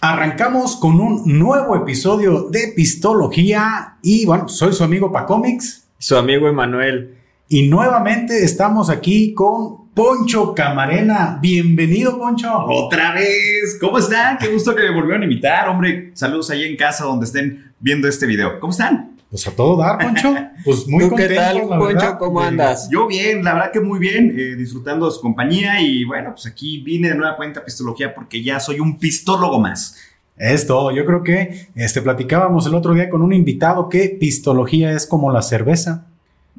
Arrancamos con un nuevo episodio de Pistología y bueno, soy su amigo Pacomics Su amigo Emanuel. y nuevamente estamos aquí con Poncho Camarena. Bienvenido Poncho. Otra vez, ¿cómo están? Qué gusto que me volvieron a invitar, hombre. Saludos ahí en casa donde estén viendo este video. ¿Cómo están? Pues a todo dar Poncho. Pues muy ¿Tú contento. qué tal, la Poncho? verdad, ¿Cómo de- andas? Yo bien, la verdad que muy bien, eh, disfrutando de su compañía y bueno, pues aquí vine de nueva cuenta a Pistología porque ya soy un pistólogo más. Es todo. Yo creo que este, platicábamos el otro día con un invitado que pistología es como la cerveza.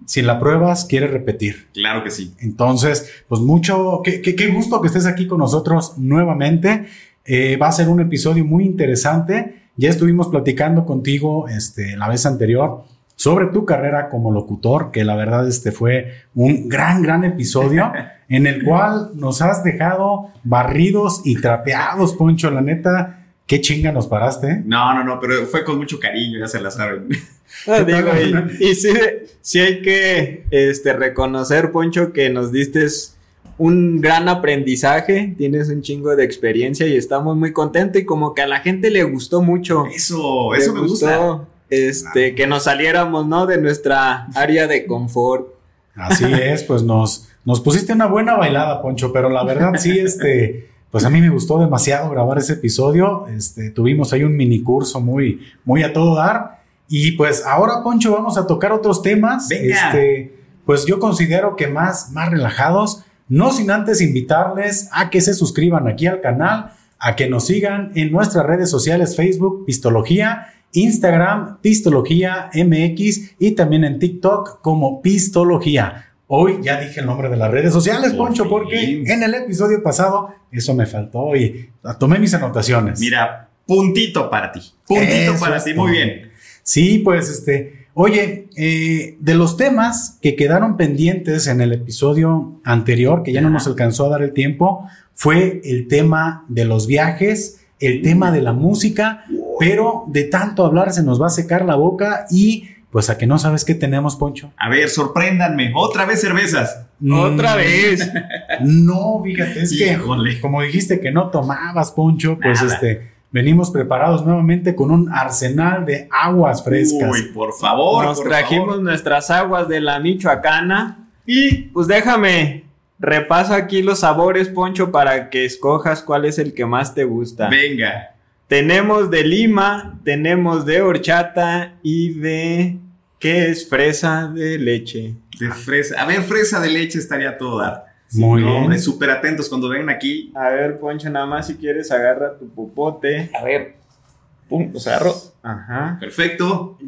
Si la pruebas, quieres repetir. Claro que sí. Entonces, pues mucho, qué, qué- qué gusto que estés aquí con nosotros nuevamente. Eh, va a ser un episodio muy interesante. Ya estuvimos platicando contigo este, la vez anterior sobre tu carrera como locutor, que la verdad este fue un gran, gran episodio en el cual nos has dejado barridos y trapeados, Poncho, la neta, qué chinga nos paraste. ¿eh? No, no, no, pero fue con mucho cariño, ya se la saben. Ah, ¿Qué digo, tal, Emanuel? y, y sí, sí hay que este, reconocer, Poncho, que nos diste un gran aprendizaje, tienes un chingo de experiencia y estamos muy contentos y como que a la gente le gustó mucho. Eh, Eso, Le eso me gusta. gustó, Este, que nos saliéramos, ¿no? De nuestra área de confort. Así es, pues nos, nos pusiste una buena bailada, Poncho, pero la verdad sí, este, pues a mí me gustó demasiado grabar ese episodio. Este, tuvimos ahí un mini curso muy, muy a todo dar. Y pues ahora, Poncho, vamos a tocar otros temas. Venga. Este, pues yo considero que más, más relajados. No sin antes invitarles a que se suscriban aquí al canal, a que nos sigan en nuestras redes sociales, Facebook, Pistología, Instagram, Pistología MX y también en TikTok como Pistología. Hoy ya dije el nombre de las redes sociales, Por Poncho, fin. porque en el episodio pasado eso me faltó y tomé mis anotaciones. Mira, puntito para ti. Puntito Eso para es ti, muy todo. bien. Sí, pues este, oye, eh, de los temas que quedaron pendientes en el episodio anterior, que ya no Ajá. nos alcanzó a dar el tiempo, fue el tema de los viajes, Mm. el tema de la música, pero de tanto hablar se nos va a secar la boca y pues a que no sabes qué tenemos, Poncho. A ver, sorpréndanme. Otra vez cervezas. Mm, vez. No, fíjate, es que Híjole. como dijiste que no tomabas, Poncho, pues Nada. este, venimos preparados nuevamente con un arsenal de aguas frescas. Uy, por favor. nos por trajimos favor. nuestras aguas de la Michoacana. Y Pues déjame, repaso aquí los sabores, Poncho, para que escojas cuál es el que más te gusta. venga. Tenemos de lima, tenemos de horchata y de... ¿Qué es fresa de leche? De fresa. A ver, fresa de leche estaría a todo dar. Muy No, bien. hombre, súper atentos cuando vengan aquí. A ver, Poncho, nada más si quieres agarra tu popote. A ver. Pum, los agarro. Ajá. Perfecto.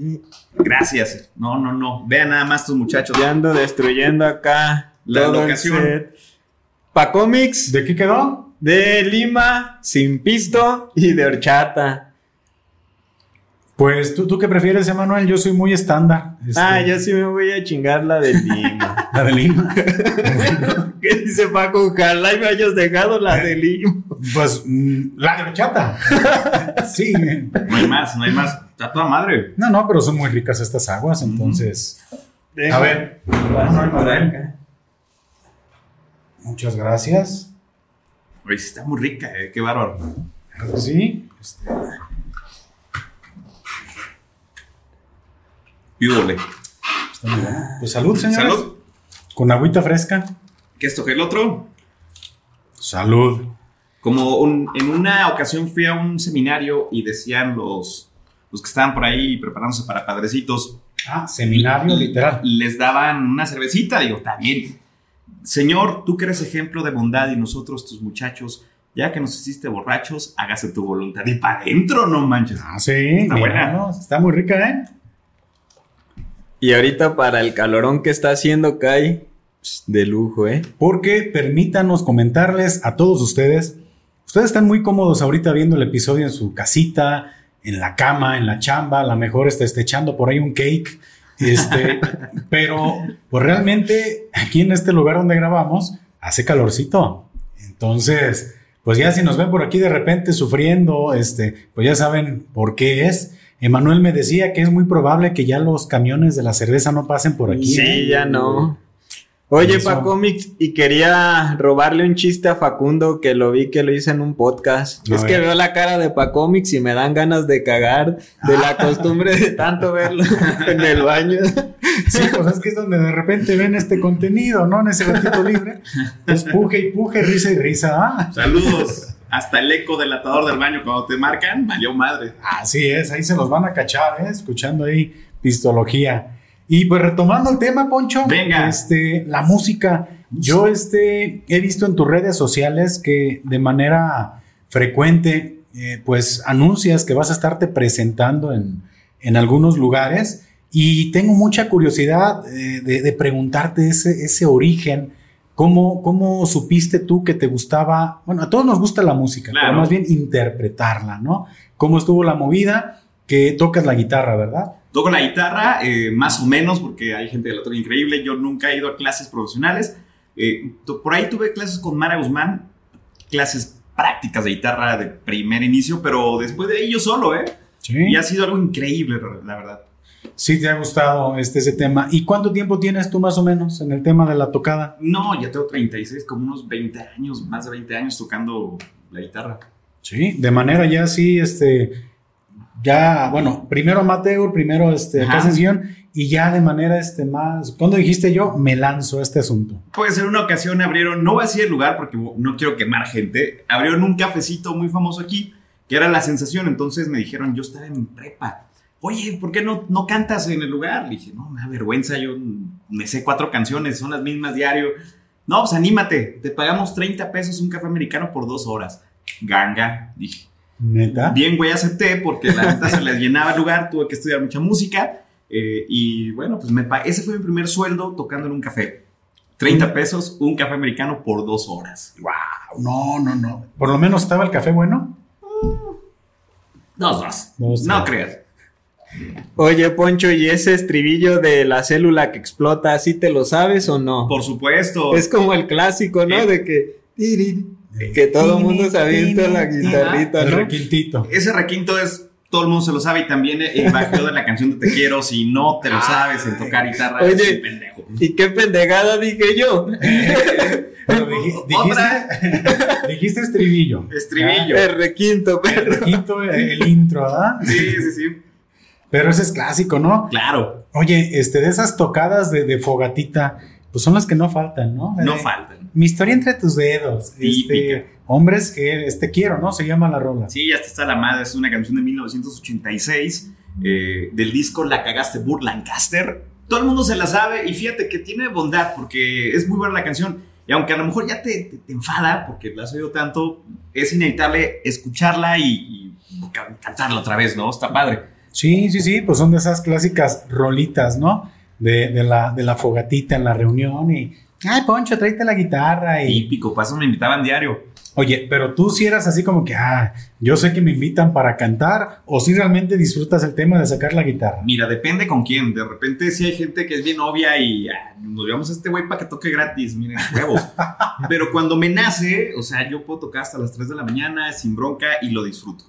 Gracias. No, no, no. Vean nada más tus muchachos. Ya ando destruyendo acá La todo el locación. set. Pa' cómics ¿De qué quedó? de Lima, sin pisto y de horchata. Pues tú, tú qué prefieres, Emanuel, yo soy muy estándar. Este, Ah, yo sí me voy a chingar la de Lima. La de Lima. ¿Qué dice Paco? Ojalá y me hayas dejado la de Lima. pues mm, la de horchata. sí. No hay más, no hay más. Está toda madre. No, no, pero son muy ricas estas aguas, entonces. A ver, Pasa no, por no, no. acá. muchas gracias. Oye, sí está muy rica, eh, qué bárbaro. Claro que Sí. Este, Pídole. está muy bueno. Pues salud, señores. Salud. Con agüita fresca. ¿Qué es esto? ¿Qué el otro? Salud. Como un- en una ocasión fui a un seminario y decían los, los que estaban por ahí preparándose para padrecitos, Ah, seminario literal. les daban una cervecita, digo, está bien. Señor, tú que eres ejemplo de bondad y nosotros, tus muchachos, ya que nos hiciste borrachos, hágase tu voluntad. Y para adentro, no manches. Ah, sí. Está buena. Está muy rica, ¿eh? Y ahorita para el calorón que está haciendo, Kai, pss, de lujo, ¿eh? porque permítanos comentarles a todos ustedes, ustedes están muy cómodos ahorita viendo el episodio en su casita, en la cama, en la chamba, a lo mejor está, está echando por ahí un cake, este, pero pues realmente aquí en este lugar donde grabamos hace calorcito, entonces pues ya si nos ven por aquí de repente sufriendo, este, pues ya saben por qué es. Emanuel me decía que es muy probable que ya los camiones de la cerveza no pasen por aquí. Sí, ¿eh? ya no. Oye, Eso. pa cómics, y quería robarle un chiste a Facundo que lo vi que lo hice en un podcast. A es ver. que veo la cara de pa cómics y me dan ganas de cagar de la costumbre de tanto verlo en el baño. Sí, pues es que es donde de repente ven este contenido, ¿no? En ese ratito libre. Es puje y puje, risa y risa. Ah, Saludos. Hasta el eco delatador del baño cuando te marcan, valió madre. así es, ahí se los van a cachar, ¿eh? Escuchando ahí pistología. Y pues retomando el tema, Poncho. Venga. Este, la música. Yo este, he visto en tus redes sociales que de manera frecuente, eh, pues anuncias que vas a estarte presentando en, en algunos lugares. Y tengo mucha curiosidad eh, de, de preguntarte ese, ese origen. ¿Cómo, ¿Cómo supiste tú que te gustaba? Bueno, a todos nos gusta la música, Claro. pero más bien interpretarla, ¿no? ¿Cómo estuvo la movida? Que tocas la guitarra, ¿verdad? Toco la guitarra, eh, más o menos, porque hay gente que la toca increíble. Yo nunca he ido a clases profesionales. Eh, tu- por ahí tuve clases con Mara Guzmán, clases prácticas de guitarra de primer inicio, pero después de ello solo, ¿eh? Sí. Y ha sido algo increíble, la verdad. Sí, te ha gustado este, ese tema. ¿Y cuánto tiempo tienes tú más o menos en el tema de la tocada? No, ya tengo 36, como unos 20 años, más de 20 años tocando la guitarra. Sí, de manera ya así, este, ya, bueno, primero amateur, primero este, Ajá. acá sesión, y ya de manera este, más, cuando dijiste yo, me lanzo a este asunto. Pues en una ocasión abrieron, no voy a decir el lugar porque no quiero quemar gente, abrieron un cafecito muy famoso aquí, que era La Sensación, entonces me dijeron, yo estaba en prepa, oye, ¿por qué no, no cantas en el lugar? Le dije, no, me da vergüenza, yo me sé cuatro canciones, son las mismas diario. No, pues anímate, te pagamos 30 pesos un café americano por dos horas. Ganga, dije. Neta. Bien, güey, acepté porque la neta se les llenaba el lugar, tuve que estudiar mucha música eh, y bueno, pues me pa- ese fue mi primer sueldo tocando en un café. 30 pesos, un café americano por dos horas. Wow, no, no, no. Por lo menos estaba el café bueno. Dos, dos. Dos, no dos. creas. Oye, Poncho, ¿y ese estribillo de la célula que explota, ¿sí te lo sabes o no? Por supuesto. Es como el clásico, ¿no? Eh. De que... Que todo el mundo se avienta la guitarrita, El ¿no? requintito. Ese requinto es, todo el mundo se lo sabe y también eh, bajó de la canción de Te Quiero, si no te lo sabes en tocar guitarra, Oye. eres un pendejo. ¿Y qué pendejada dije yo? Pero dij- Otra. dijiste, dijiste estribillo. Estribillo. El requinto, Ah, El pero... requinto, el intro, ¿verdad? Sí, sí, sí. Pero ese es clásico, ¿no? Claro, Oye, este, de esas tocadas de, de fogatita, pues son las que no faltan, ¿no? no Eh, faltan. Mi historia entre tus dedos. Típica. Este, hombres que este quiero, ¿no? Se llama la rola. Sí, ya está la madre, es una canción de 1986 eh, del disco La Cagaste Burt Lancaster. Todo el mundo se la sabe y fíjate que tiene bondad porque es muy buena la canción. Y aunque a lo mejor ya te, te- te enfada porque la has oído tanto, es inevitable escucharla y, y ca- cantarla otra vez, ¿no? Está padre. Sí, sí, sí, pues son de esas clásicas rolitas, ¿no? De, de la, de la fogatita en la reunión y. Ay, Poncho, tráete la guitarra y. Típico, pasos me invitaban diario. Oye, pero tú si eras así como que, ah, yo sé que me invitan para cantar, o si realmente disfrutas el tema de sacar la guitarra. Mira, depende con quién. De repente sí hay gente que es bien obvia y ah, nos llevamos a este güey para que toque gratis, miren, huevos. Pero cuando me nace, o sea, yo puedo tocar hasta las 3 de la mañana sin bronca y lo disfruto.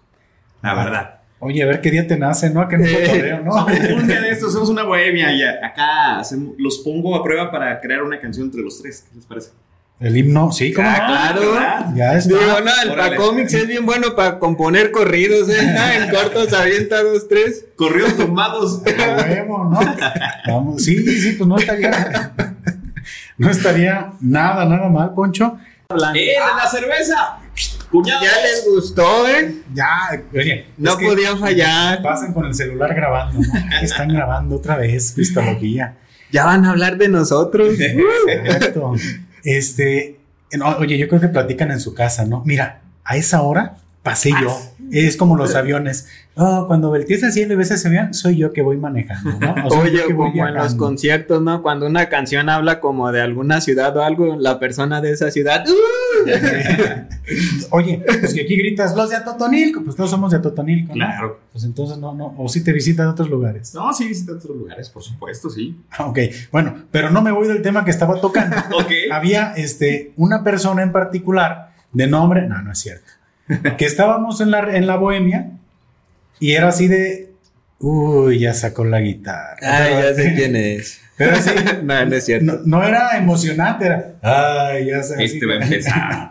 La verdad. Oye, a ver qué día te nace, ¿no? Que no Eh, cotorreo, ¿no? Un día de estos somos una bohemia y a- acá hacemos- los pongo a prueba para crear una canción entre los tres. ¿Qué les parece? El himno, sí, ¿cómo no? Ah, claro. ¿Verdad? Ya está. Digo, no, el Órale. pa cómics es bien bueno para componer corridos, ¿eh? Ah, En corto se avienta dos, tres. Correos tomados. A huevo, ¿no? Vamos, sí, sí, pues no estaría. No estaría nada, nada mal, Poncho. ¡Eh, de la cerveza! Ya ¡Cuñados! les gustó, ¿eh? Ya, oye. No es que podían fallar. Pasan con el celular grabando, ¿no? Aquí Están grabando otra vez, pistología. Ya van a hablar de nosotros. Exacto. Este, no, oye, yo creo que platican en su casa, ¿no? Mira, a esa hora pasé yo. Ah, Es como los aviones. Oh, cuando volteas al cielo y ves ese avión, soy yo que voy manejando, ¿no? O sea, Oye, yo que voy como en los viajando. conciertos, ¿no? Cuando una canción habla como de alguna ciudad o algo, la persona de esa ciudad. ¡uh! Oye, pues que aquí gritas, los de Atotonilco, pues todos somos de Atotonilco. ¿no? Claro. Pues entonces no, no, o si te visitan otros lugares. Ah, No, sí, visité otros lugares, por supuesto, sí. Ok, bueno, pero no me voy del tema que estaba tocando. Ok. Había este, una persona en particular de nombre, no, no es cierto, que estábamos en la, en la bohemia y era así de, uy, ya sacó la guitarra. Ay, Ah, ya sé quién es. Pero así, no, no es cierto. no, no era emocionante, era, ay, ya sé. así. Este va a empezar.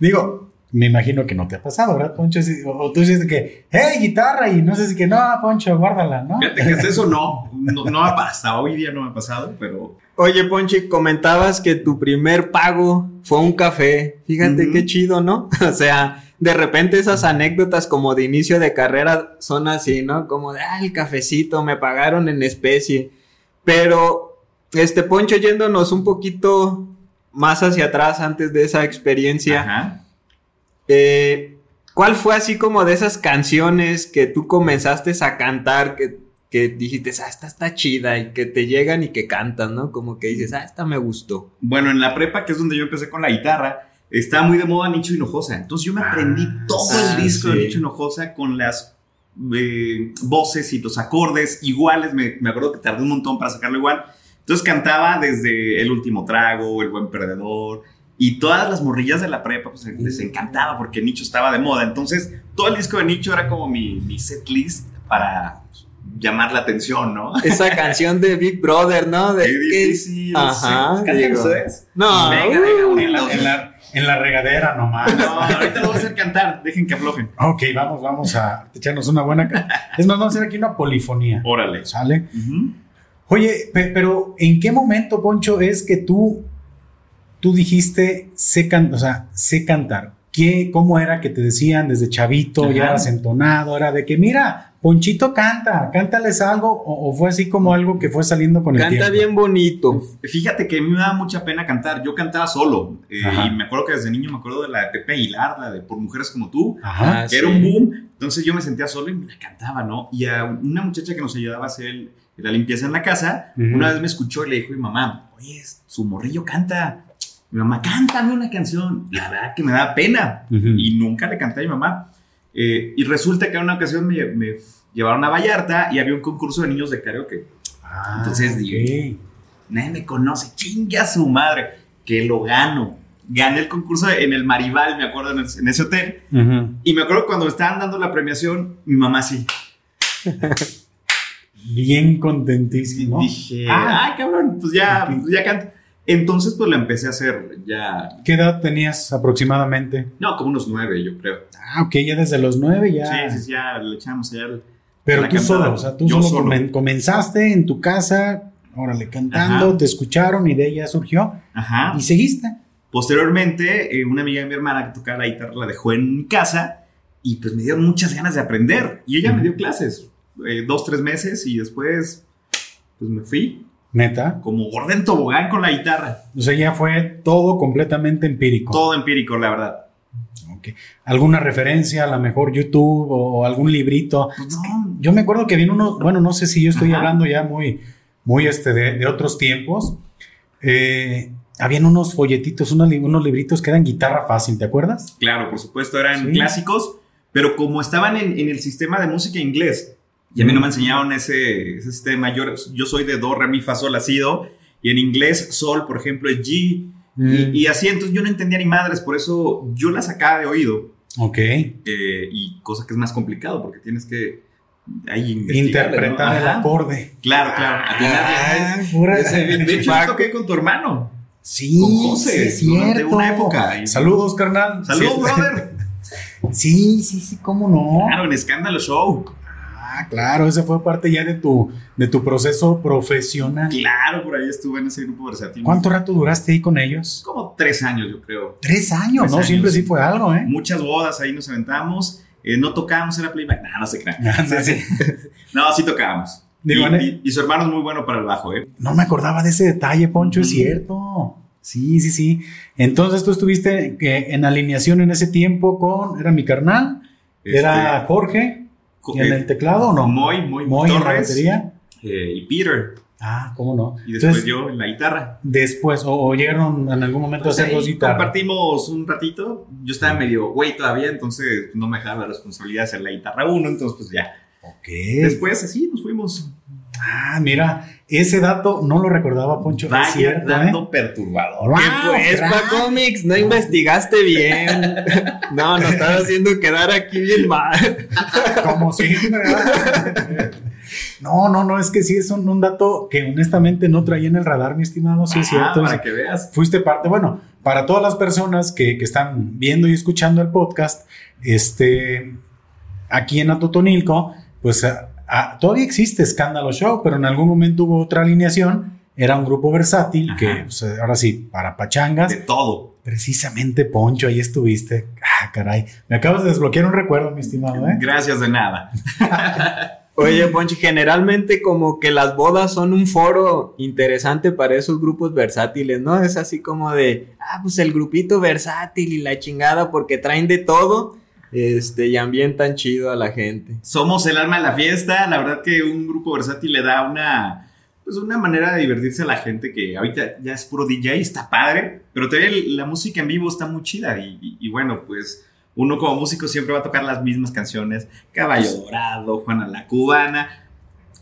Digo, me imagino que no te ha pasado, ¿verdad, Poncho? Sí, O, o tú dices que, hey, guitarra, y no sé si que, no, Poncho, guárdala, ¿no? Fíjate que hasta eso no, no, no ha pasado. Hoy día no me ha pasado, pero Oye, Ponchi, comentabas que tu primer pago fue un café. Fíjate Ujú. qué chido, ¿no? O sea, de repente esas anécdotas como de inicio de carrera son así, ¿no? Como de, ah, el cafecito, me pagaron en especie. Pero, este, Poncho, yéndonos un poquito más hacia atrás antes de esa experiencia. ajá. Eh, ¿Cuál fue así como de esas canciones que tú comenzaste a cantar que, que dijiste, ah, esta está chida y que te llegan y que cantas, ¿no? Como que dices, ah, esta me gustó. Bueno, en la prepa, que es donde yo empecé con la guitarra, estaba muy de moda Nicho Hinojosa. Entonces yo me Ah, aprendí todo sí, el disco sí. de Nicho Hinojosa con las eh, voces y los acordes iguales. Me, me acuerdo que tardé un montón para sacarlo igual. Entonces cantaba desde El último trago, El buen perdedor. Y todas las morrillas de la prepa pues, les encantaba porque Nicho estaba de moda. Entonces, todo el disco de Nicho era como mi, mi set list para llamar la atención, ¿no? Esa canción de Big Brother, ¿no? De, Qué que- difícil. Ajá, sí. ¿Cantan digo. ustedes? No, Venga, uh, venga, una, En la, dos. en la- en la regadera nomás. No, ahorita lo voy a hacer cantar. Dejen que aflojen. Ok, vamos, vamos a echarnos una buena. ca- Es más, vamos a hacer aquí una polifonía. Órale. ¿Sale? Oye, pe- pero ¿en qué momento, Poncho, es que tú, tú dijiste sé, can- o sea, sé cantar? ¿Qué, ¿Cómo era que te decían desde chavito? ¿Ya Ajá. eras entonado? ¿Era de que, mira, Ponchito canta, cántales algo? ¿O, o fue así como algo que fue saliendo con el Canta tiempo? bien bonito. Fíjate que a mí me daba mucha pena cantar. Yo cantaba solo. eh, Ajá. y me acuerdo que desde niño me acuerdo de la de Pepe Aguilar, la de Por Mujeres Como Tú. Ajá. Ah, que era sí. un boom. Entonces yo me sentía solo y me la cantaba, ¿no? Y a una muchacha que nos ayudaba a hacer el- la limpieza en la casa, Ujú. una vez me escuchó y le dijo a mi mamá, oye, su morrillo canta. Mi mamá, cántame una canción. La verdad que me daba pena. Ujú. y nunca le canté a mi mamá. Eh, y resulta que en una ocasión me, me llevaron a Vallarta y había un concurso de niños de karaoke. Ah, Entonces, ok. digo, Nadie me conoce, chinga su madre, que lo gano. Gané el concurso en el Maribal, me acuerdo, en, el- en ese hotel. Ujú. Y me acuerdo cuando me estaban dando la premiación, mi mamá sí. Bien Y contentísimo. Dije, Ah. ay, cabrón, pues ya, Ok. pues ya canto. Entonces, pues la empecé a hacer ya, ¿Qué edad tenías aproximadamente? no, como unos nueve, yo creo. Ah, ok, ya desde los nueve ya. Sí, sí, sí, ya le echamos allá el- Pero La tú cantada. solo, o sea, tú Yo solo, solo. comen- comenzaste en tu casa, órale, cantando, Ajá. Ah. te escucharon y de ella surgió Ajá. y seguiste. Posteriormente, eh, una amiga de mi hermana que tocaba la guitarra la dejó en mi casa y pues me dieron muchas ganas de aprender. Y ella me dio clases, eh, dos, tres meses y después pues me fui Neta. como gorda en tobogán con la guitarra. O sea, ya fue todo completamente empírico. Todo empírico, la verdad. Ok. ¿Alguna referencia, a lo mejor YouTube o, o algún librito? Pues, no, Yo me acuerdo que vino uno, bueno, no sé si yo estoy Ajá. hablando ya muy, muy este de, de otros tiempos. Eh, habían unos folletitos, unos, li- unos libritos que eran guitarra fácil, ¿te acuerdas? claro, por supuesto, eran Sí. clásicos, pero como estaban en, en el sistema de música inglés, y a mí no me enseñaron ese, ese sistema, yo, yo soy de do, re, mi, fa, sol, así, do, y en inglés sol, por ejemplo, es G, Y, y así, entonces yo no entendía ni madres, por eso yo la sacaba de oído. ok. eh, y cosa que es más complicado porque tienes que ahí investigarle, ¿no? Interpretar el Ajá. acorde. Claro, claro. atinarle. Ah, pura- de hecho, yo toqué con tu hermano. Sí, Con José, sí, durante cierto. una época. Saludos, carnal. Saludos, Sí. brother. Sí, sí, sí, cómo no. Claro, en Escándalo Show. Ah, claro, esa fue parte ya de tu, de tu proceso profesional. Claro, por ahí estuve en ese grupo versátil. ¿Cuánto rato duraste ahí con ellos? Como tres años, yo creo. Tres años, Tres ¿no? años. Siempre sí fue algo, ¿eh? Muchas bodas ahí nos aventamos. eh, no tocábamos, era playback. Nah, no se crean. Sí, sí. No, sí tocábamos. Digo, y, ¿no? y- y su hermano es muy bueno para el bajo, ¿eh? No me acordaba de ese detalle, Poncho, es Ujú. cierto. Sí, sí, sí. Entonces tú estuviste eh, en alineación en ese tiempo con, era mi carnal, era Jorge, Este, y en el teclado, ¿o no? Moy, Moy, Moy en la Torres. batería. eh, y Peter. Ah, cómo no. Y después Entonces, yo en la guitarra. después, o, o llegaron en algún momento a Entonces hacer dos Pues ahí guitarras. compartimos un ratito. Yo estaba medio güey todavía, entonces no me dejaba la responsabilidad de hacer la guitarra uno, entonces pues ya. Ok. Después así nos fuimos. Ah, mira, ese dato no lo recordaba Poncho. es Vaya cierto, dando ¿eh? perturbador. Wow, ¿Qué pues, crack. pa' cómics? No investigaste bien. No, nos estás haciendo quedar aquí bien mal. Como siempre. ¿verdad? No, no, no, es que sí es un, un dato que honestamente no traía en el radar, mi estimado. Sí, es Ah, cierto. Para es- que veas. Fuiste parte, bueno, para todas las personas que, que están viendo y escuchando el podcast, este, aquí en Atotonilco, pues a- a- todavía existe Escándalo Show, pero en algún momento hubo otra alineación. Era un grupo versátil Ajá. que, pues, ahora sí, para pachangas. De todo. Precisamente, Poncho, ahí estuviste. Ah, caray. Me acabas de desbloquear un recuerdo, mi estimado, ¿eh? Gracias de nada. Oye, Poncho, generalmente como que las bodas son un foro interesante para esos grupos versátiles, ¿no? Es así como de, ah, pues el grupito versátil y la chingada porque traen de todo, este, y ambientan chido a la gente. Somos el alma de la fiesta. La verdad que un grupo versátil le da una, pues una manera de divertirse a la gente que ahorita ya es puro DJ, está padre, pero todavía el- la música en vivo está muy chida y, y- y bueno, pues uno como músico siempre va a tocar las mismas canciones. Caballo Dorado, Juana la Cubana.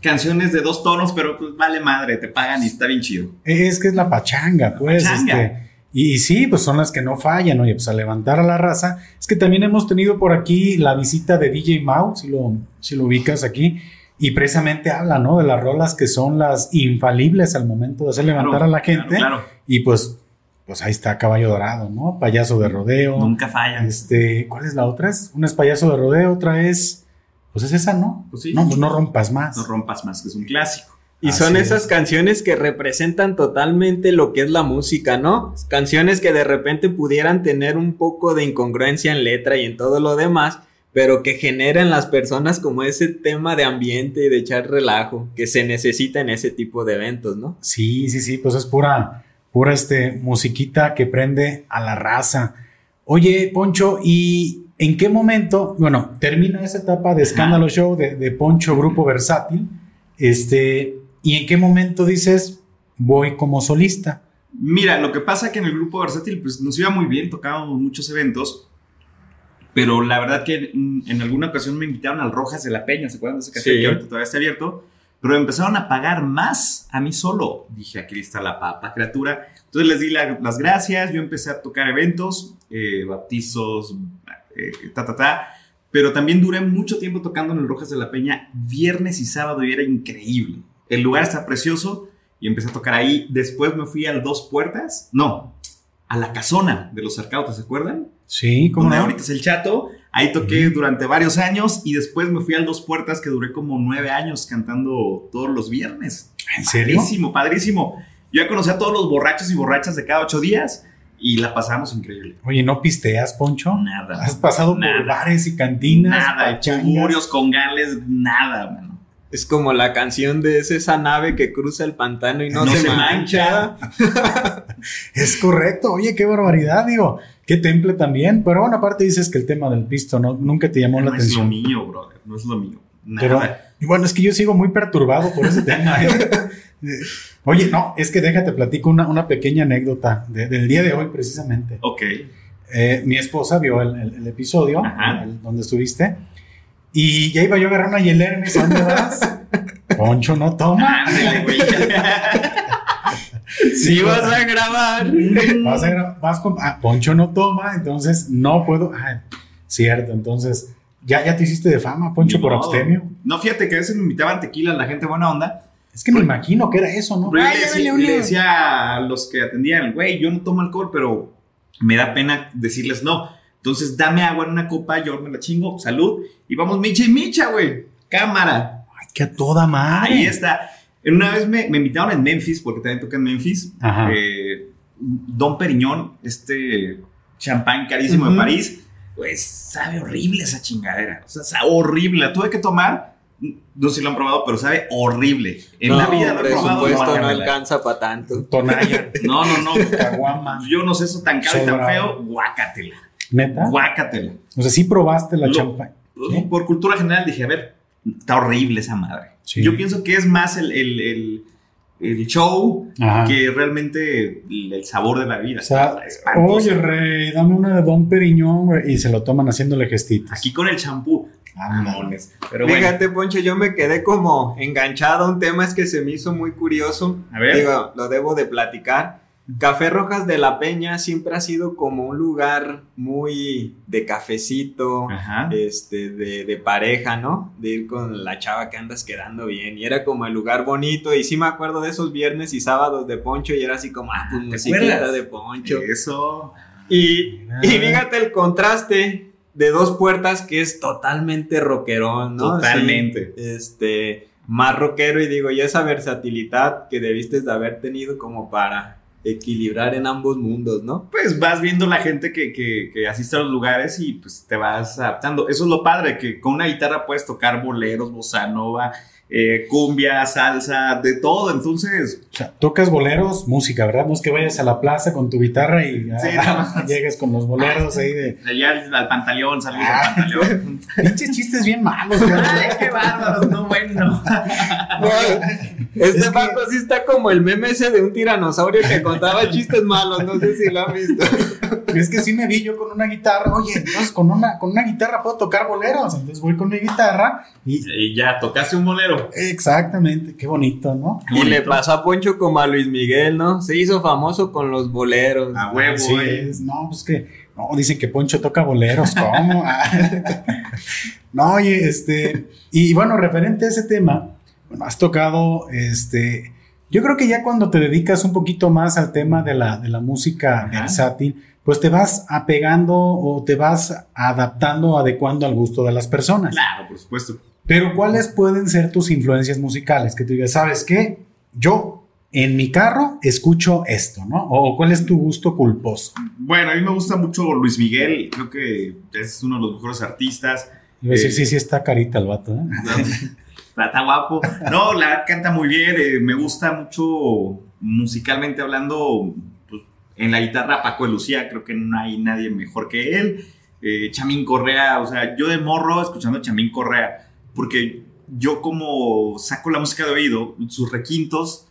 Canciones de dos tonos, pero pues vale madre, te pagan y está bien chido. Es que es la pachanga, pues. pachanga. este, y, y sí, pues son las que no fallan, oye, pues a levantar a la raza. Es que también hemos tenido por aquí la visita de DJ Mau, si lo, si lo ubicas aquí, y precisamente habla, ¿no? De las rolas que son las infalibles al momento de hacer levantar a la gente. Claro, Y pues, pues ahí está Caballo Dorado, ¿no? Payaso de rodeo. claro. nunca fallan. Este, ¿cuál es la otra? Es- Una es payaso de rodeo, otra es. Pues es esa, ¿no? Pues sí. No, pues no rompas más. No rompas más, que es un clásico. Y Así son es. esas canciones que representan totalmente lo que es la música, ¿no? Canciones que de repente pudieran tener un poco de incongruencia en letra y en todo lo demás, pero que generan las personas como ese tema de ambiente y de echar relajo que se necesita en ese tipo de eventos, ¿no? Sí, sí, sí, pues es pura, pura este, musiquita que prende a la raza. Oye, Poncho, ¿y en qué momento, bueno, termina esa etapa de escándalo show de, de Poncho Grupo Versátil? Este, ¿y en qué momento dices, voy como solista? Mira, lo que pasa que en el grupo Versátil pues, nos iba muy bien, tocábamos muchos eventos, pero la verdad que en, en alguna ocasión me invitaron al Rojas de la Peña, ¿se acuerdan de ese café Sí. que ahorita todavía está abierto? Pero empezaron a pagar más a mí solo. Dije, aquí está la papa, criatura. Entonces les di la- las gracias, yo empecé a tocar eventos, eh, bautizos, eh, ta, ta, ta. Pero también duré mucho tiempo tocando en el Rojas de la Peña, viernes y sábado, y era increíble. El lugar está precioso y empecé a tocar ahí. Después me fui al Dos Puertas, no, a la casona de los Arcautas, ¿se acuerdan? Sí, como Donde no? ahorita es el Chato. Ahí toqué durante varios años y después me fui al Dos Puertas, que duré como nueve años cantando todos los viernes. ¿En serio? Padrísimo, padrísimo. Yo ya conocí a todos los borrachos y borrachas de cada ocho días y la pasamos increíble. Oye, ¿no pisteas, Poncho? Nada. Has pasado Nada. por bares y cantinas, Nada, pachangas. churios, congales, nada, mano. Es como la canción de "Es esa nave que cruza el pantano y no, se, mancha. Es correcto, oye, qué barbaridad, digo, qué temple también. Pero bueno, aparte dices que el tema del pisto no, nunca te llamó No la es lo atención. mío, brother. No es lo mío. Pero, Nada. y bueno, es que yo sigo muy perturbado por ese tema. ¿eh? Eh, Oye, no, es que déjate, platico una, una pequeña anécdota de- del día de hoy precisamente. ok. Eh, mi esposa vio el, el- el episodio Ajá. el- donde estuviste y ya iba yo a agarrar una hielera y me dice, ¿dónde vas? Poncho no toma. Ah, Ándale, güey. Si vas a grabar. Vas a gra- vas con- ah, Poncho no toma, entonces no puedo. Ah, cierto, entonces ya, ya te hiciste de fama, Poncho, Ni por modo. abstemio. No, fíjate que a veces me invitaban tequila la gente buena onda. Es que me imagino que era eso, ¿no? Pero yo Ay, le, decía, dale, dale. le decía a los que atendían, güey, yo no tomo alcohol, pero me da pena decirles no. Entonces, dame agua en una copa, yo me la chingo, salud. Y vamos, micha y micha, güey. Cámara. Ay, que a toda madre. Ahí está. Una vez me, me invitaron en Memphis, porque también toca en Memphis. Ajá. Eh, Don Periñón, este champán carísimo Ujú. de París, pues sabe horrible esa chingadera. O sea, sabe horrible. La tuve que tomar. No sé si lo han probado, pero sabe horrible. En la vida lo he probado. presupuesto no guácala. alcanza para tanto. Tonaya, No, no, no. caguama, Yo no sé eso tan caro y tan Sobrado. feo. Guácatela. neta. Guácatela. O sea, sí probaste la Lo- champa. ¿Sí? Por cultura general dije, a ver, está horrible esa madre. Sí. Yo pienso que es más el, el- el- el show Ajá. que realmente el, el sabor de la vida. Ah. O sea, Está espantoso. oye, rey, dame una de Don Periñón, güey, y se lo toman haciéndole gestitos. Aquí con el champú. Ándale. Mamones. Pero bueno, Fíjate, Poncho, yo me quedé como enganchado a un tema, es que se me hizo muy curioso. a ver. Digo, lo debo de platicar. Café Rojas de la Peña siempre ha sido como un lugar muy de cafecito, Ajá. este, de, de pareja, ¿no? De ir con la chava que andas quedando bien. Y era como el lugar bonito. Y sí me acuerdo de esos viernes y sábados de Poncho y era así como, ah, pues musiquita acuerdas? de Poncho. Eso. Y, Ah. y fíjate el contraste de dos puertas que es totalmente rockerón, ¿no? Totalmente. Sí, este, más rockero y digo, y esa versatilidad que debiste de haber tenido como para equilibrar en ambos mundos, ¿no? Pues vas viendo la gente que, que- que asiste a los lugares y pues te vas adaptando. Eso es lo padre, que con una guitarra puedes tocar boleros, bossa nova, eh, cumbia, salsa, de todo. Entonces, O sea, tocas boleros, música, ¿verdad? No es que vayas a la plaza con tu guitarra y Sí, ah, nada más. llegas con los boleros ahí de allá al, al pantaleón, saludos Ah. al pantaleón. pinches chistes bien malos. ¡Ay, qué bárbaros! No, bueno. Este Es que- Paco sí está como el meme ese de un tiranosaurio que contaba chistes malos, no sé si lo han visto. Es que sí me vi yo con una guitarra. Oye, entonces con una, con una guitarra puedo tocar boleros. Entonces voy con mi guitarra y. Y ya, tocaste un bolero. Exactamente, qué bonito, ¿no? Y le pasó a Poncho como a Luis Miguel, ¿no? Se hizo famoso con los boleros. Ah, A huevo, Así eh. es. No, pues que. No, dicen que Poncho toca boleros. ¿Cómo? Ah. no, oye, este. Y bueno, referente a ese tema, bueno, has tocado este. Yo creo que ya cuando te dedicas un poquito más al tema de la, de la música Ajá. versátil, pues te vas apegando o te vas adaptando, adecuando al gusto de las personas. Claro, por supuesto. Pero ¿cuáles pueden ser tus influencias musicales? Que tú digas, ¿sabes qué? Yo en mi carro escucho esto, ¿no? O ¿cuál es tu gusto culposo? Bueno, a mí me gusta mucho Luis Miguel. Creo que es uno de los mejores artistas. Iba a decir, Eh. sí, sí, está carita el vato, ¿eh? Está, está guapo. No, la canta muy bien. eh, me gusta mucho musicalmente hablando. pues, en la guitarra, Paco de Lucía, creo que no hay nadie mejor que él. Eh, Chamín Correa, o sea, yo de morro escuchando a Chamín Correa, porque yo como saco la música de oído, sus requintos,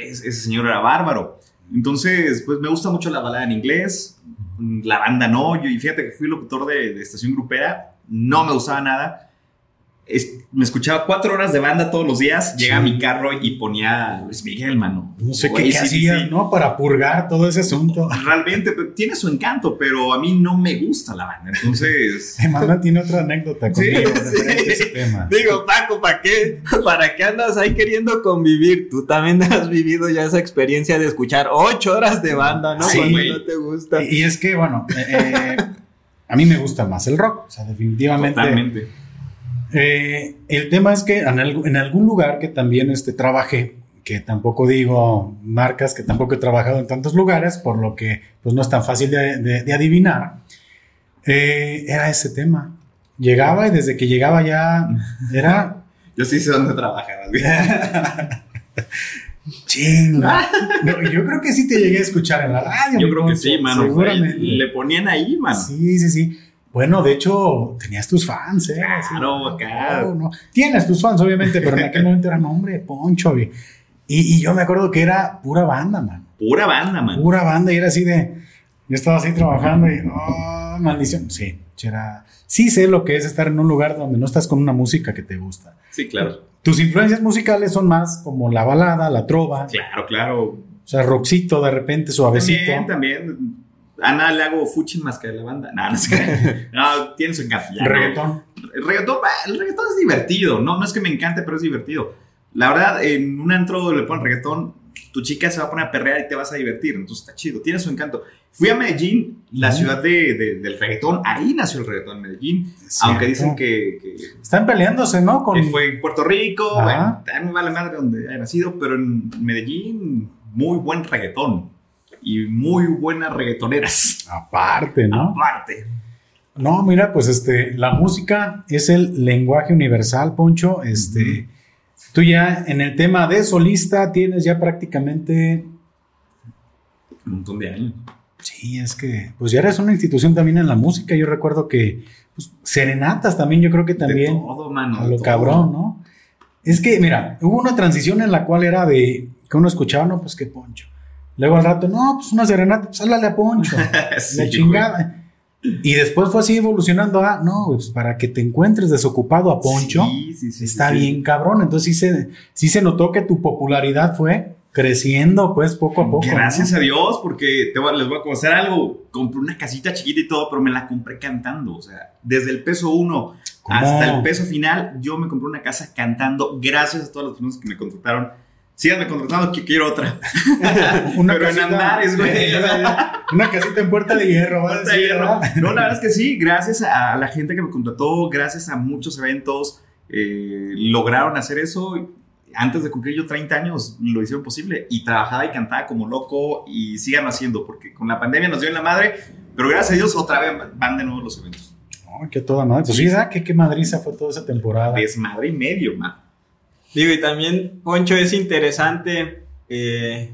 es- ese señor era bárbaro. Entonces, pues me gusta mucho la balada en inglés, la banda no, yo, y fíjate que fui locutor de, de estación grupera, no me gustaba nada. Es- me escuchaba cuatro horas de banda todos los días, llega a mi carro y ponía a Luis Miguel, mano. No sé qué, Güey, qué sí, sí, hacía, sí. ¿no? Para purgar todo ese asunto. Realmente pero tiene su encanto, pero a mí no me gusta la banda, entonces... Emanuel tiene otra anécdota conmigo Sí, referente a ese sí. tema. Digo, Paco, ¿para qué? ¿Para qué andas ahí queriendo convivir? Tú también has vivido ya esa experiencia de escuchar ocho horas de banda, ¿no? Sí, Cuando güey. no te gusta. Y, y es que, bueno, eh, eh, a mí me gusta más el rock, o sea, definitivamente. Totalmente. Eh, el tema es que en, algu- en algún lugar que también este, trabajé, que tampoco digo marcas, que tampoco he trabajado en tantos lugares, por lo que pues, no es tan fácil de, de- de adivinar, eh, era ese tema. Llegaba y desde que llegaba ya era... Yo sí sé dónde trabajabas, güey. Chinga. No, yo creo que sí te llegué a escuchar en la radio. Yo mi creo que Poncho, sí, mano. güey. Seguramente. Le ponían ahí, mano. Sí, sí, sí. Bueno, de hecho, tenías tus fans, ¿eh? Así, Claro, acá. no, no. Tienes tus fans, obviamente, pero en aquel momento era nombre, Poncho. Y, y, y yo me acuerdo que era pura banda, man. Pura banda, mano. Pura banda, y era así de. Yo estaba así trabajando y. ¡Oh, maldición! Sí, sí era, sí sé lo que es estar en un lugar donde no estás con una música que te gusta. Sí, claro. Tus influencias musicales son más como la balada, la trova, Claro, claro. o sea, rockcito de repente, suavecito. También, también. A nada le hago fuchin más que a la banda. No, no es que. No, tiene su encanto. ya, no. Reggaetón. El reggaetón, va, el reggaetón es divertido. No, no es que me encante, pero es divertido. La verdad, en un antro le ponen reggaetón, tu chica se va a poner a perrear y te vas a divertir. Entonces está chido, tiene su encanto. Fui a Medellín, la Ah. ciudad de- de- del reggaetón. Ahí nació el reggaetón en Medellín. Aunque dicen que, que- Están peleándose, ¿no? Con que fue en Puerto Rico. Ajá. Bueno, también me vale madre donde haya nacido, pero en Medellín, muy buen reggaetón. Y muy buenas reggaetoneras. aparte, ¿no? Aparte. No, mira, pues este, la música es el lenguaje universal, Poncho. Este, tú ya en el tema de solista tienes ya prácticamente, Un montón de años. sí, es que, pues ya eres una institución también en la música. Yo recuerdo que pues, serenatas también, yo creo que De también todo, mano. a de lo todo. cabrón, ¿no? Es que, mira, hubo una transición en la cual era de que uno escuchaba, no, pues que Poncho. Luego al rato, no, pues una serenata, pues háblale a Poncho. Sí, La güey. chingada. Y después fue así evolucionando a, no, pues para que te encuentres desocupado a Poncho, Sí, sí, sí, está sí, sí. bien cabrón. Entonces sí se, sí se notó que tu popularidad fue creciendo, pues, poco a poco. Gracias a Dios, porque te voy- les voy a confesar algo. Compré una casita chiquita y todo, pero me la compré cantando. O sea, desde el peso uno ¿Cómo? hasta el peso final, yo me compré una casa cantando. Gracias a todas las personas que me contrataron. Síganme contratando, que quiero otra. ¿no? Una pero en casita- Andares, güey. Una casita en Puerta de Hierro. vas a Puerta de decir, Hierro. ¿verdad? No, la verdad es que sí, gracias a la gente que me contrató, gracias a muchos eventos, eh, lograron hacer eso. Antes de cumplir yo 30 años, lo hicieron posible y trabajaba y cantaba como loco y sigan haciendo, porque con la pandemia nos dio en la madre, pero gracias a Dios otra vez van de nuevo los eventos. Ay, qué toda madre. Pues sí, ¿verdad? ¿Qué, qué madriza fue toda esa temporada. Desmadre y medio, man. Digo, y también, Poncho, es interesante eh,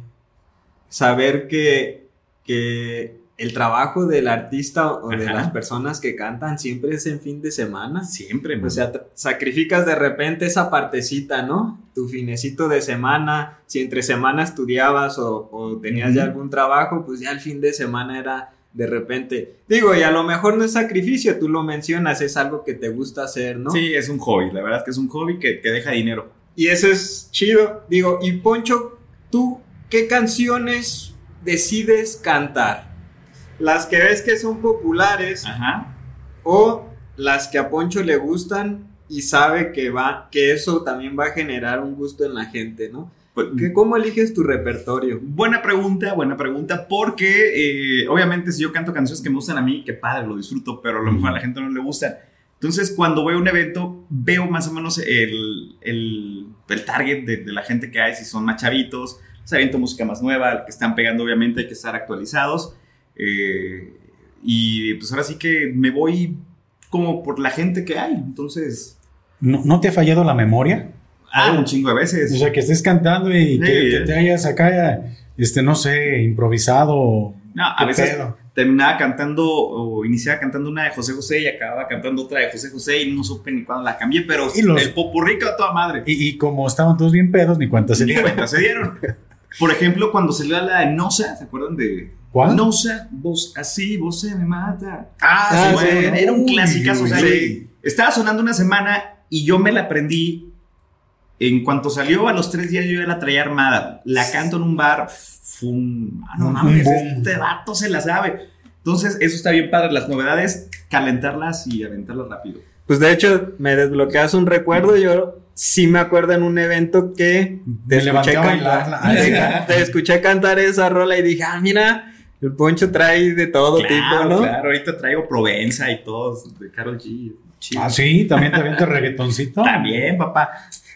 saber que, que el trabajo del artista o de Ajá. las personas que cantan siempre es en fin de semana. Siempre, man. O sea, tra- sacrificas de repente esa partecita, ¿no? Tu finecito de semana, si entre semana estudiabas o, o tenías ya Ujú. algún trabajo, pues ya el fin de semana era de repente. Digo, y a lo mejor no es sacrificio, tú lo mencionas, es algo que te gusta hacer, ¿no? Sí, es un hobby, la verdad es que es un hobby que, que deja dinero. Y eso es chido. Digo, y Poncho, ¿tú qué canciones decides cantar? ¿Las que ves que son populares Ajá. o las que a Poncho le gustan y sabe que va que eso también va a generar un gusto en la gente, ¿no? Pues, Mm. ¿Qué- ¿Cómo eliges tu repertorio? Buena pregunta, buena pregunta, porque eh, obviamente si yo canto canciones que me gustan a mí, qué padre, lo disfruto, pero a lo mejor a la gente no le gustan. Entonces, cuando voy a un evento, veo más o menos el, el, el target de, de la gente que hay, si son más chavitos, se aviento música más nueva, que están pegando, obviamente hay que estar actualizados. eh, y pues ahora sí que me voy como por la gente que hay, entonces... ¿No, no te ha fallado la memoria? Ah, un chingo de O veces. sea, que estés cantando y Sí, que, que eh. te hayas acá, este, no sé, improvisado. No, a ¿Qué veces pedo? terminaba cantando o iniciaba cantando una de José José y acababa cantando otra de José José y no supe ni cuándo la cambié, pero Y los- el popurrí quedó a toda madre. Y, y como estaban todos bien pedos, ni cuántas se Ni dieron. cuenta se dieron. Por ejemplo, cuando salió la de Nosa, ¿se acuerdan de ¿Cuál? Nosa? Vos así, vos se me mata. Ah, Ah, sí, bueno, bueno. era un Uy, clasicazo. o sea, sí. Estaba sonando una semana y yo me la aprendí. En cuanto salió a los tres días, yo ya la traía armada. La canto en un bar. Fue un. Ah, no Un mames, boom. este vato se la sabe. Entonces, eso está bien padre. Las novedades, calentarlas y aventarlas rápido. Pues de hecho, me desbloqueas un recuerdo, yo sí me acuerdo en un evento que Me levanté a bailarla. Ah, sí. te escuché cantar esa rola y dije, ah, mira, el Poncho trae de todo tipo, ¿no? claro. Ahorita traigo Provenza y todos de Carol G. Chido. Ah, sí, también te avientas reggaetoncito. También, papá.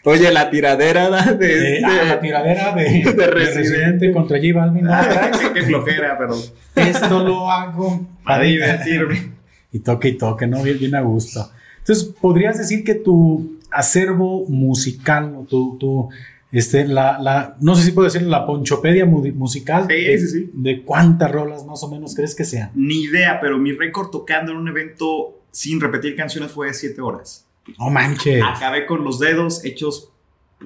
Oye, la tiradera ¿no? Eh, de, este- ah, la tiradera de, de Residente. Residente contra J Balvin. Ah. ¿no? Qué flojera, pero Esto lo hago para divertirme. Y toque y toque, ¿no? Bien, bien a gusto. Entonces, podrías decir que tu acervo musical, o tu, tu, este, la, la, no sé si puedo decir la ponchopedia mu- musical. Sí, de, sí, sí. de cuántas rolas más o menos crees que sean. Ni idea, pero mi récord tocando en un evento sin repetir canciones fue de 7 horas. No manches. Acabé con los dedos hechos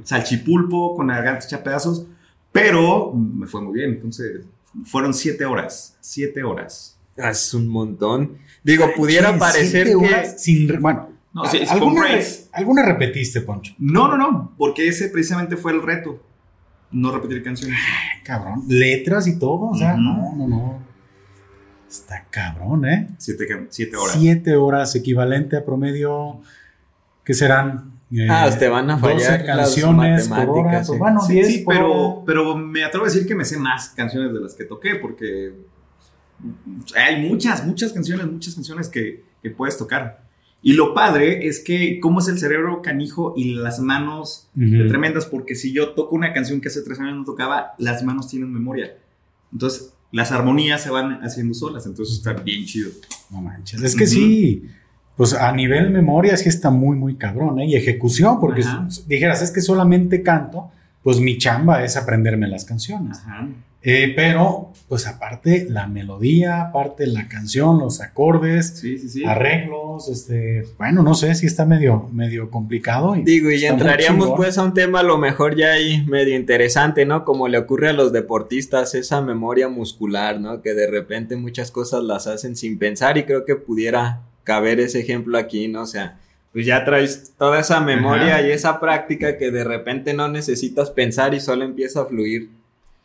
salchipulpo, con la garganta hecha pedazos, pero me fue muy bien. Entonces, fueron 7 horas. 7 horas. Ah, Es un montón. Digo, pudiera Manches, parecer siete que... horas sin, re- bueno, No, sí, es con ¿alguna, re- breaks. alguna repetiste, Poncho? No, no, no, porque ese precisamente fue el reto. No repetir canciones. Ay, Cabrón. Letras y todo, o sea, Ujú. no, no, no. Está cabrón, ¿eh? 7 horas. Siete horas, equivalente a promedio, que serán? Eh, Ah, te van a 12 fallar las canciones por hora, matemáticas. pues, sí. bueno, Sí, 10 sí, por pero, hora. pero me atrevo a decir que me sé más canciones de las que toqué, porque hay muchas, muchas canciones, muchas canciones que, que puedes tocar. Y lo padre es que cómo es el cerebro canijo y las manos de Ujú. tremendas, porque si yo toco una canción que hace tres años no tocaba, las manos tienen memoria. Entonces, las armonías se van haciendo solas, entonces está bien chido. No manches. Es que sí, pues a nivel memoria sí está muy, muy cabrón, ¿eh? Y ejecución, porque Ajá. s- dijeras, es que solamente canto, pues mi chamba es aprenderme las canciones. Ajá. Eh, pero, pues aparte la melodía, aparte la canción, los acordes, Sí, sí, sí. arreglos, este, bueno, no sé si está medio, medio complicado. Y, Digo, y Está muy entraríamos chingón. pues a un tema a lo mejor ya ahí medio interesante, ¿no? Como le ocurre a los deportistas, esa memoria muscular, ¿no? Que de repente muchas cosas las hacen sin pensar y creo que pudiera caber ese ejemplo aquí, ¿no? O sea, pues ya traes toda esa memoria Ajá. y esa práctica que de repente no necesitas pensar y solo empieza a fluir.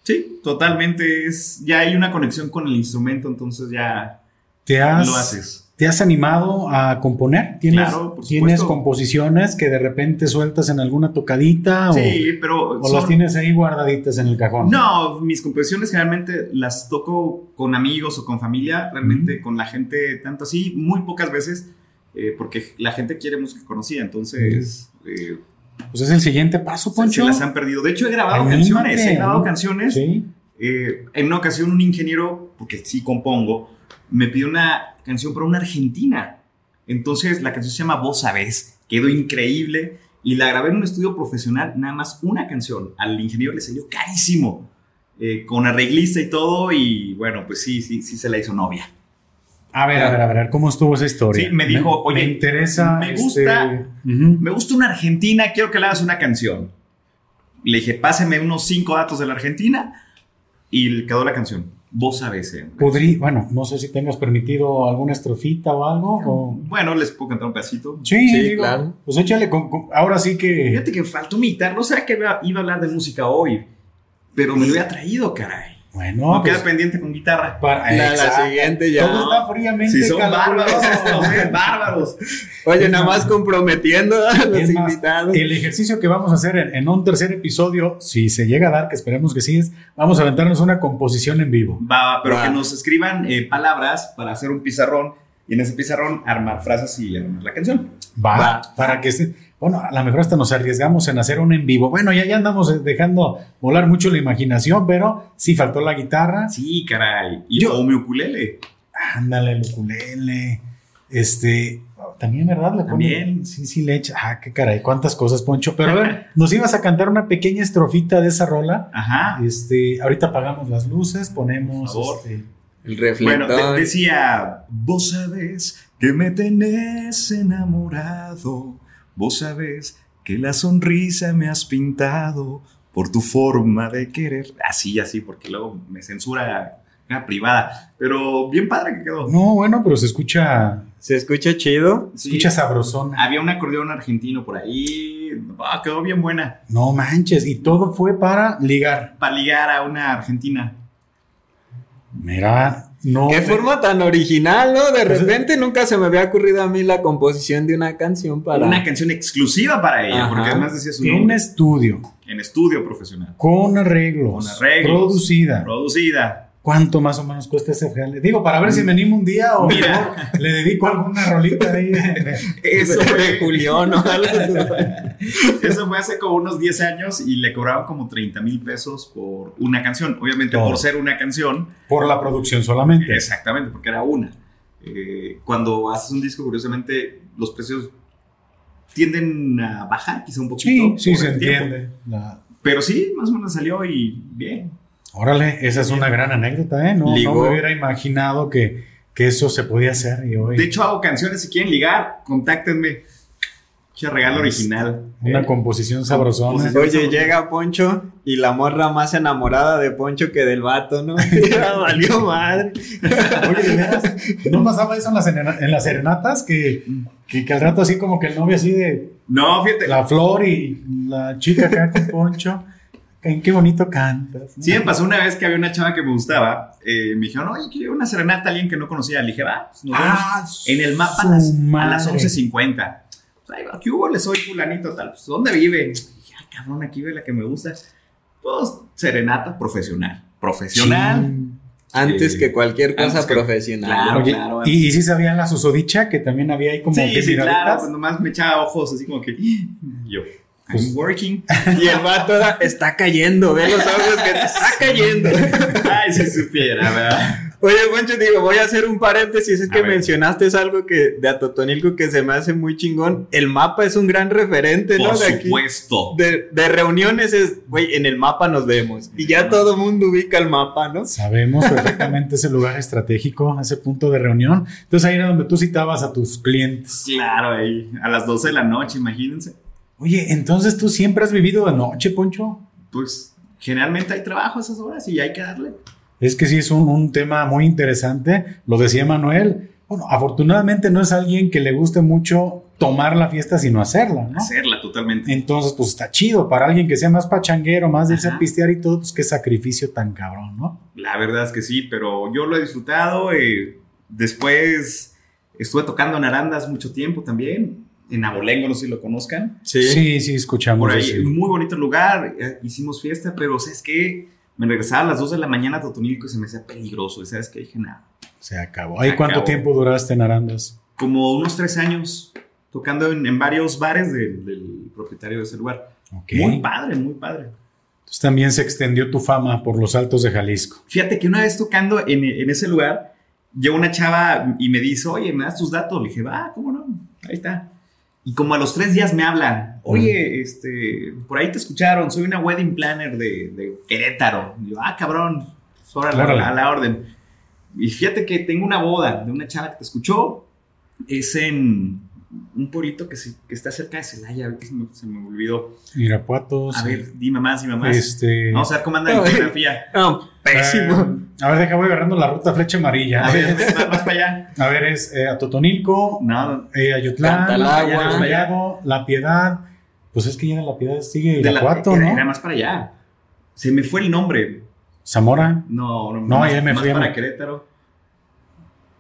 Sí, totalmente. Es, ya hay una conexión con el instrumento, entonces ya ¿Te has, lo haces. ¿Te has animado a componer? ¿Tienes, Claro, por ¿tienes supuesto. composiciones que de repente sueltas en alguna tocadita o, Sí, pero... o son- las tienes ahí guardaditas en el cajón? No, mis composiciones generalmente las toco con amigos o con familia, realmente con la gente, tanto así, muy pocas veces, eh, porque la gente quiere música conocida, entonces eh, Pues es el siguiente paso, se, Poncho. las han perdido. De hecho, he grabado Anímate, canciones, he grabado ¿no? canciones. Sí. Eh, en una ocasión un ingeniero, porque sí compongo, me pidió una canción para una argentina. Entonces la canción se llama Vos Sabés, quedó increíble y la grabé en un estudio profesional, nada más una canción. Al ingeniero le salió carísimo, eh, con arreglista y todo y bueno, pues sí, sí, sí se la hizo novia. A ver, a ver, a ver, ¿cómo estuvo esa historia? Sí, me dijo, me oye, interesa. me este, gusta- ujú. Me gusta una argentina, quiero que le hagas una canción. Le dije, páseme unos cinco datos de la Argentina y le quedó la canción. Vos Sabés. eh. Podrí- bueno, no sé si tengas permitido alguna estrofita o algo. o- Bueno, les puedo cantar un pedacito. Sí, Sí, digo, claro. Pues échale con, con- Ahora sí que. Fíjate que faltó mi guitarra. No sabía que iba iba a hablar de música hoy, pero me lo había traído, caray. Bueno, No, pues, queda pendiente con guitarra. para- La, la Ah, exacto. siguiente ya. Todo está fríamente Si son calculado. bárbaros estos, eh, bárbaros. Oye, nada más comprometiendo a los Es más, invitados. El ejercicio que vamos a hacer en, en un tercer episodio, si se llega a dar, que esperemos que sí, es vamos a aventarnos una composición en vivo. Va, va, pero Va. que nos escriban eh, palabras para hacer un pizarrón y en ese pizarrón armar frases y armar la canción. Va, Va. para que se- Bueno, a lo mejor hasta nos arriesgamos en hacer un en vivo. Bueno, ya, ya andamos eh, dejando volar mucho la imaginación, pero sí faltó la guitarra. Sí, caray. Y Yo- o mi ukulele. Ándale, el ukulele. Este, también, ¿verdad? Le ponen- También. sí, sí, le echa. Ah, qué caray, cuántas cosas, Poncho. Pero a ver, nos ibas a cantar una pequeña estrofita de esa rola. Ajá. Este, ahorita apagamos las luces, ponemos. Por favor. este, El Bueno, reflector. de- decía, vos sabés que me tenés enamorado, vos sabés que la sonrisa me has pintado por tu forma de querer. Así, así, porque luego me censura la privada, pero bien padre que quedó. No, bueno, pero se escucha, ¿Se escucha chido? se Sí, escucha sabrosona. Había un acordeón argentino por ahí, Ah, quedó bien buena, No manches, y todo fue para ligar. para ligar a una argentina. Mira, no. Qué forma tan original, ¿no? De Pues es- repente nunca se me había ocurrido a mí la composición de una canción para. Una canción exclusiva para ella, Ajá. porque además decía su En nombre, estudio, en estudio profesional, con arreglos, Con arreglos. producida. producida. ¿Cuánto más o menos cuesta ese real? Digo, para ver si me animo un día o Mira. mejor le dedico alguna rolita ahí. Eso de Julián o algo. Eso fue hace como unos 10 años y le cobraban como 30 mil pesos por una canción. Obviamente Todo. por ser una canción. Por la producción solamente. Exactamente, porque era una. Eh, cuando haces un disco, curiosamente, los precios tienden a bajar quizá un Sí, poquito. sí, por se el tiempo. entiende. La- Pero sí, más o menos salió y bien. Órale, esa es una gran anécdota, ¿eh? No, no Ligó. me hubiera imaginado que, que eso se podía hacer y hoy De hecho, hago canciones. Si quieren ligar, contáctenme. Che, regalo original. una Eh, composición sabrosona. composición. Oye, llega Poncho y la morra más enamorada de Poncho que del vato, ¿no? Ya valió madre. Oye, de veras, ¿no pasaba eso en las, serena- en las serenatas? Que, que, que al rato así como que el novio así de no, fíjate. la flor y la chica acá con poncho. En qué bonito cantas. ¿no? Sí, me pasó una vez que había una chava que me gustaba. eh, me dijeron, oye, quiero una serenata a alguien que no conocía. Le dije, va, pues nos vemos. Ah, en el mapa a su las, a madre. las 11.50. Pues ahí va, ¿Qué hubo? Le soy fulanito tal. Pues, ¿Dónde vive? Y dije, "Ah, cabrón, aquí vive la que me gusta. Pues serenata profesional. Profesional. Sí. Antes Sí. que cualquier cosa Antes que- profesional. Claro, Oye, claro. y, y sí sabían la susodicha, que también había ahí como Sí, que sí, claro. miraditas. Pues nomás me echaba ojos así como que. "Ih", Yo. Pues- I'm working. Y el vato era, está cayendo, ve los ojos que te está cayendo. Ay, si supiera, ¿verdad? Oye, Poncho, digo, voy a hacer un paréntesis. Es A que ver. mencionaste es algo que de Atotonilco que se me hace muy chingón. El mapa es un gran referente, ¿no? Por de aquí. supuesto. De, de reuniones es, güey, en el mapa nos vemos. Y En el ya mapa. todo mundo ubica el mapa, ¿no? Sabemos perfectamente ese lugar estratégico, ese punto de reunión. Entonces ahí era donde tú citabas a tus clientes. Claro, ahí. A las 12 de la noche, imagínense. Oye, entonces tú siempre has vivido de noche, Poncho. Pues generalmente hay trabajo a esas horas y hay que darle. Es que sí es un, un tema muy interesante. Lo decía Manuel. Bueno, afortunadamente no es alguien que le guste mucho tomar la fiesta, sino hacerla, ¿no? Hacerla totalmente. Entonces, pues está chido. Para alguien que sea más pachanguero, más de irse Ajá. a pistear y todo, pues qué sacrificio tan cabrón, ¿no? La verdad es que sí, pero yo lo he disfrutado. eh, después estuve tocando en Arandas mucho tiempo también. En Abolengo, no sé si lo conozcan. Sí. Sí, sí, escuchamos. Por ahí, eso. muy bonito lugar. eh, Hicimos fiesta, pero ¿sabes qué? Me regresaba a las 2 de la mañana a Totonilco y se me hacía peligroso. y ¿Sabes qué? Dije, nada. Se acabó. ¿Ahí Se cuánto acabó. tiempo duraste en Arandas? Como unos tres años tocando en, en varios bares del, del propietario de ese lugar. Ok. Muy padre, muy padre. Entonces también se extendió tu fama por los altos de Jalisco. Fíjate que una vez tocando en, en ese lugar, llegó una chava y me dice, oye, ¿me das tus datos? Le dije, va, ¿cómo no? Ahí está. Y como a los tres días me hablan, oye, este, por ahí te escucharon, soy una wedding planner de, de Querétaro. Y yo, ah, cabrón, pues, órale, Órale. a la orden. Y fíjate que tengo una boda de una chava que te escuchó, es en un pueblito que, se- que está cerca de Celaya, ahorita se me, se me olvidó. Irapuatos. A ver, dime más, dime más. Oh, este. Vamos a ver cómo anda la Ay. geografía. No, pésimo. Ah, a ver, deja, voy agarrando la ruta flecha amarilla. A ver, más, más para allá. A ver, es eh, Atotonilco, No, eh, Ayotlán, Cantalagua. Cantalagua, La Piedad. Pues es que ya de La Piedad sigue de la- Irapuato, era, ¿no? era más para allá. Se me fue el nombre. Zamora. No, no, No, más, ya me más fui, ya para me- Querétaro.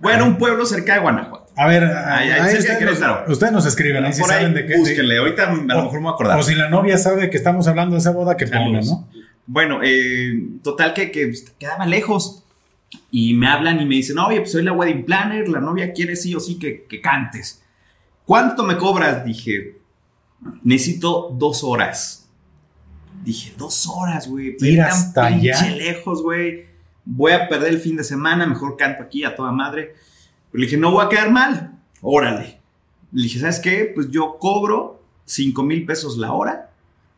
Bueno, un pueblo cerca de Guanajuato. A ver, Ahí- Ah, ahí ahí cerca de ustedes, nos, Querétaro. ustedes nos escriben, ahí sí Por ahí, saben de Oh, qué. Búsquenle, ahorita a lo mejor me voy a acordar. O si la novia sabe que estamos hablando de esa boda que Saludos. pone, ¿no? Bueno, eh, total que, que pues, quedaba lejos. Y me hablan y me dicen, oye, pues soy la wedding planner, la novia quiere sí o sí que, que cantes. ¿Cuánto me cobras? Dije, necesito dos horas. Dije, dos horas, güey. pero Ir tan hasta pinche allá. lejos, güey. Voy a perder el fin de semana, mejor canto aquí a toda madre. Pero le dije, no voy a quedar mal. Órale. Le dije, ¿sabes qué? Pues yo cobro 5 mil pesos la hora,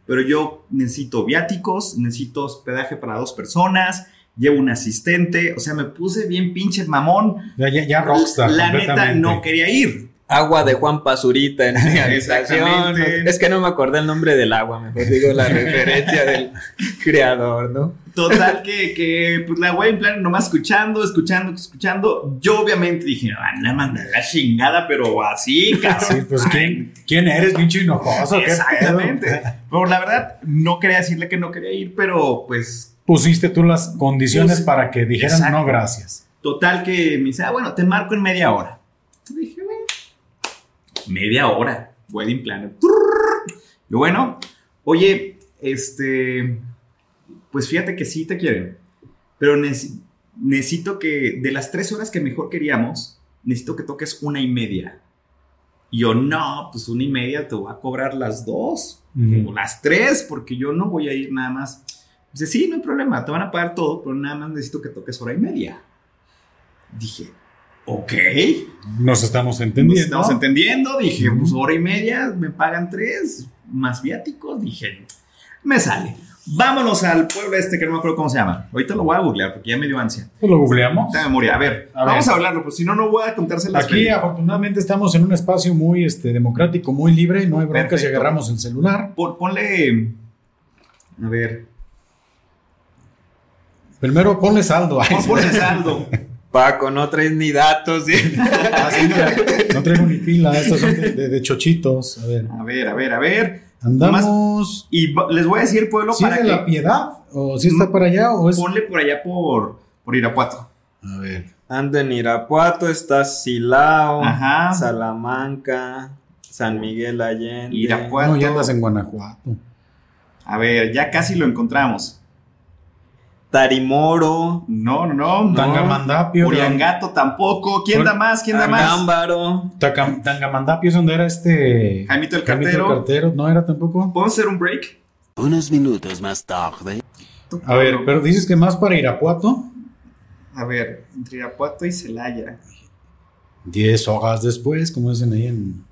pero yo necesito viáticos, necesito hospedaje para dos personas, llevo un asistente, o sea, me puse bien pinche mamón. Ya, ya, ya rockstar. la neta completamente. no quería ir. Agua de Juan Pazurita en mi habitación. Exactamente. Es que no me acordé el nombre del agua, mejor digo la referencia del creador, ¿no? Total que, que pues la güey en plan nomás escuchando, escuchando, escuchando. Yo obviamente dije, no, van a mandar la chingada, pero así, Sí, cabrón. pues ¿quién, quién eres, pinche enojoso? ¿Qué pedo? Exactamente. Pero la verdad, no quería decirle que no quería ir, pero pues Pusiste tú las condiciones Puse- para que dijeran Exacto. no, gracias. Total que me dice, ah, bueno, te marco en media hora. Yo dije, bueno, media hora, wedding planner. Turr. Yo, bueno, oye, este, pues fíjate que sí te quieren, pero nec- necesito que, de las tres horas que mejor queríamos, necesito que toques una y media. Y yo, no, pues una y media te voy a cobrar las dos o Ujú. las tres, porque yo no voy a ir nada más. Dice, sí, no hay problema, te van a pagar todo, pero nada más necesito que toques hora y media. Dije, ok, Nos estamos nos entendiendo. estamos entendiendo. Dije, Pues, Ujú. pues hora y media, me pagan tres, más viáticos. Dije, me sale. Vámonos al pueblo este que no me acuerdo cómo se llama. Ahorita lo voy a googlear porque ya me dio ansia. Pues lo googleamos. Tengo memoria. A ver, A vamos ver. a hablarlo, pues si no, no voy a contárselas. Aquí afortunadamente estamos en un espacio muy este, democrático, muy libre, no hay broncas si Perfecto. agarramos el celular. Pon- ponle. A ver. Primero ponle saldo. Ay, Pon, ponle saldo. Paco, no traes ni datos. ¿sí? no traigo ni pila, estos son de, de- de chochitos. A ver, A ver, a ver, a ver. andamos. Y va- les voy a decir pueblo ¿Sí es para de que la piedad? ¿O si está Mm. para allá? ¿O es.? ponle por allá por, por Irapuato. A ver. Ando en Irapuato, está Silao, Ah, Ajá. Salamanca, San Miguel Allende. Irapuato. No, ya andas en Guanajuato. A ver, ya casi lo encontramos. Tarimoro, No, no, no. Tangamandapio. Uriangato tampoco. ¿Quién da más? ¿Quién Ah, da más? Agámbaro. Taca- Tangamandapio es donde era este. Jaimito el Jaimito el cartero. cartero. No era tampoco. ¿Podemos hacer un break? Unos minutos más tarde. A ver, pero dices que más para Irapuato. A ver, entre Irapuato y Celaya. Diez horas después, como dicen ahí en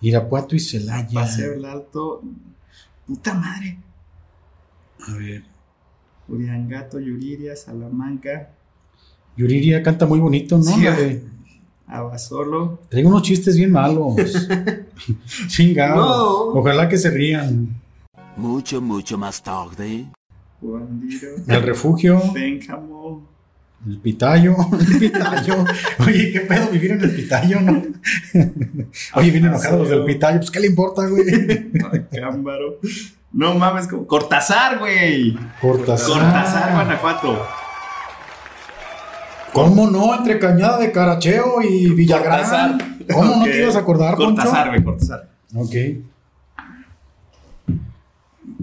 Irapuato y Celaya. Paseo el Alto. Puta madre. A ver. Uriangato, Yuriria, Salamanca, Yuriria canta muy bonito, ¿no? Sí, La de- Abasolo. Traigo unos chistes bien malos. Chingado. No. Ojalá que se rían. Mucho, mucho más tarde. Guandiro, El refugio. Pénjamo. El pitayo, el pitayo. Oye, ¿qué pedo vivir en el pitayo, no? Oye, vienen enojados los del pitayo. Pues, ¿qué le importa, güey? Ay, Cámbaro. No mames, como- Cortázar, güey. Cortázar. Cortázar, Guanajuato. ¿Cómo no? Entre Cañada de Caracheo y Villagrán. Cortázar. ¿Cómo no Ok. te ibas a acordar, Poncho? Cortázar, güey, Cortázar. Ok.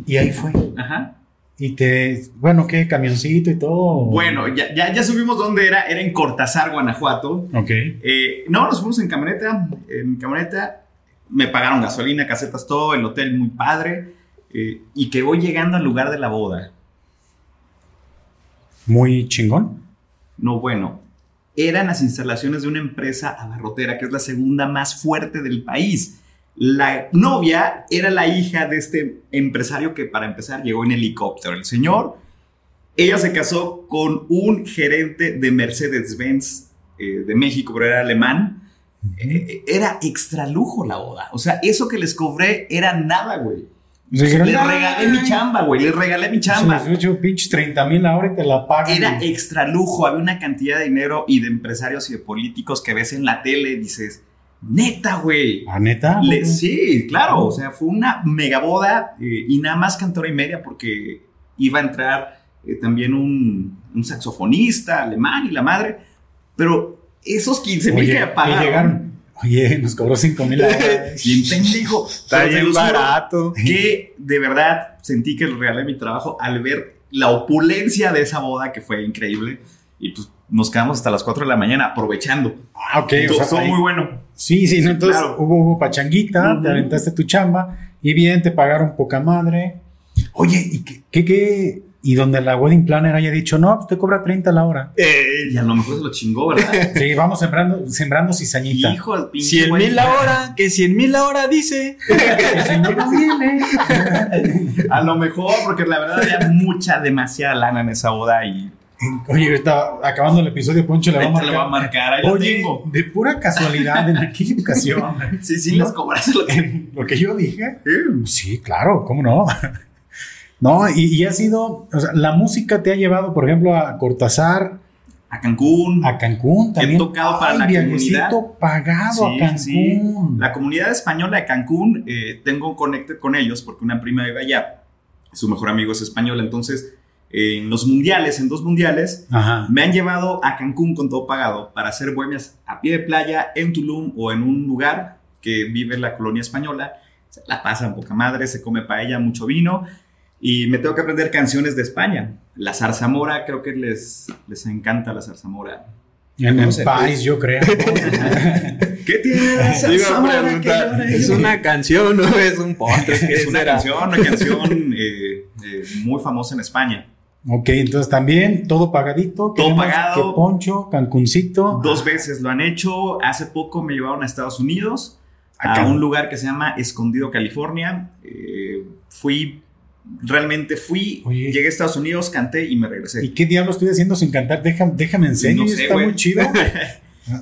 Y ahí fue. Ajá. Y te. Bueno, ¿qué? Camioncito y todo. Bueno, ya, ya, ya supimos dónde era. Era en Cortázar, Guanajuato. Ok. Eh, no, nos fuimos en camioneta. En camioneta me pagaron gasolina, casetas, todo, el hotel muy padre. eh, y que voy llegando al lugar de la boda. Muy chingón. No, bueno. Eran las instalaciones de una empresa abarrotera, que es la segunda más fuerte del país. La novia era la hija de este empresario que para empezar llegó en helicóptero. El señor, ella se casó con un gerente de Mercedes-Benz eh, de México, pero era alemán. Eh, era extra lujo la boda. O sea, eso que les cobré era nada, güey. Le Les regalé mi chamba, güey. Les regalé mi chamba. Se me hecho pinche 30 mil ahora y te la pagan. Era güey. extra lujo, había una cantidad de dinero y de empresarios y de políticos que ves en la tele y dices, neta, güey. ¿Ah, neta? Le- güey? sí, claro, o sea, fue una mega boda eh, y nada más cantora y media porque iba a entrar eh, también un, un saxofonista alemán y la madre, pero esos 15 mil Oye, que y pagaron, llegaron. Oye, nos cobró 5 mil bien pendejo, Está pero te bien los juro barato. que de verdad sentí que regalé mi trabajo al ver la opulencia de esa boda que fue increíble y pues nos quedamos hasta las 4 de la mañana aprovechando. Ah, ok. Entonces, o sea, estuvo ahí- muy bueno. Sí, sí, no, entonces claro. hubo, hubo pachanguita, Ujú. te aventaste tu chamba y bien, te pagaron poca madre. Oye, ¿y qué, qué, qué? Y donde la wedding planner haya dicho, no, pues te cobra 30 la hora. Eh, Y a lo mejor se lo chingó, ¿verdad? Sí, vamos sembrando, sembrando cizañita. Hijo de pinche 100 güey. mil la hora, que 100 mil la hora dice. El señor no viene. A lo mejor, porque la verdad había mucha, demasiada lana en esa boda y Oye, ahorita acabando el episodio, Poncho le va a ahorita lo va a marcar. marcar. Ahí lo Oye, tengo. de pura casualidad, en aquella ocasión, Sí, sí, les no. cobraste lo que. lo que yo dije, Sí, claro, ¿cómo no? No, y, y ha sido, o sea, la música te ha llevado, por ejemplo, a Cortázar, A Cancún. a Cancún He también. tocado para Ay, la viajecito pagado a Sí, Cancún. sí. La comunidad española de Cancún, eh, tengo un conecte con ellos porque una prima vive allá. Su mejor amigo es español. Entonces, eh, en los mundiales, en dos mundiales, Ajá. me han llevado a Cancún con todo pagado para hacer bohemias a pie de playa, en Tulum o en un lugar que vive la colonia española. Se La pasan poca madre, se come paella, mucho vino. Y me tengo que aprender canciones de España. La zarzamora, creo que les, les encanta la zarzamora. En el Entonces, país, yo creo. ¿Qué tiene Te iba la a zarzamora que preguntar, llora y ¿es una canción o es un postre? ¿Qué Es una será? canción, una canción eh, eh, muy famosa en España. ok, entonces también todo pagadito. Queremos pagado. Que Poncho, Cancuncito. Dos veces lo han hecho. Hace poco me llevaron a Estados Unidos, a Acá. un lugar que se llama Escondido, California. Eh, fui, realmente fui, Oye. llegué a Estados Unidos, canté y me regresé. ¿Y qué diablo estoy haciendo sin cantar? Déjame, déjame en serio, No sé, está güey. muy chido.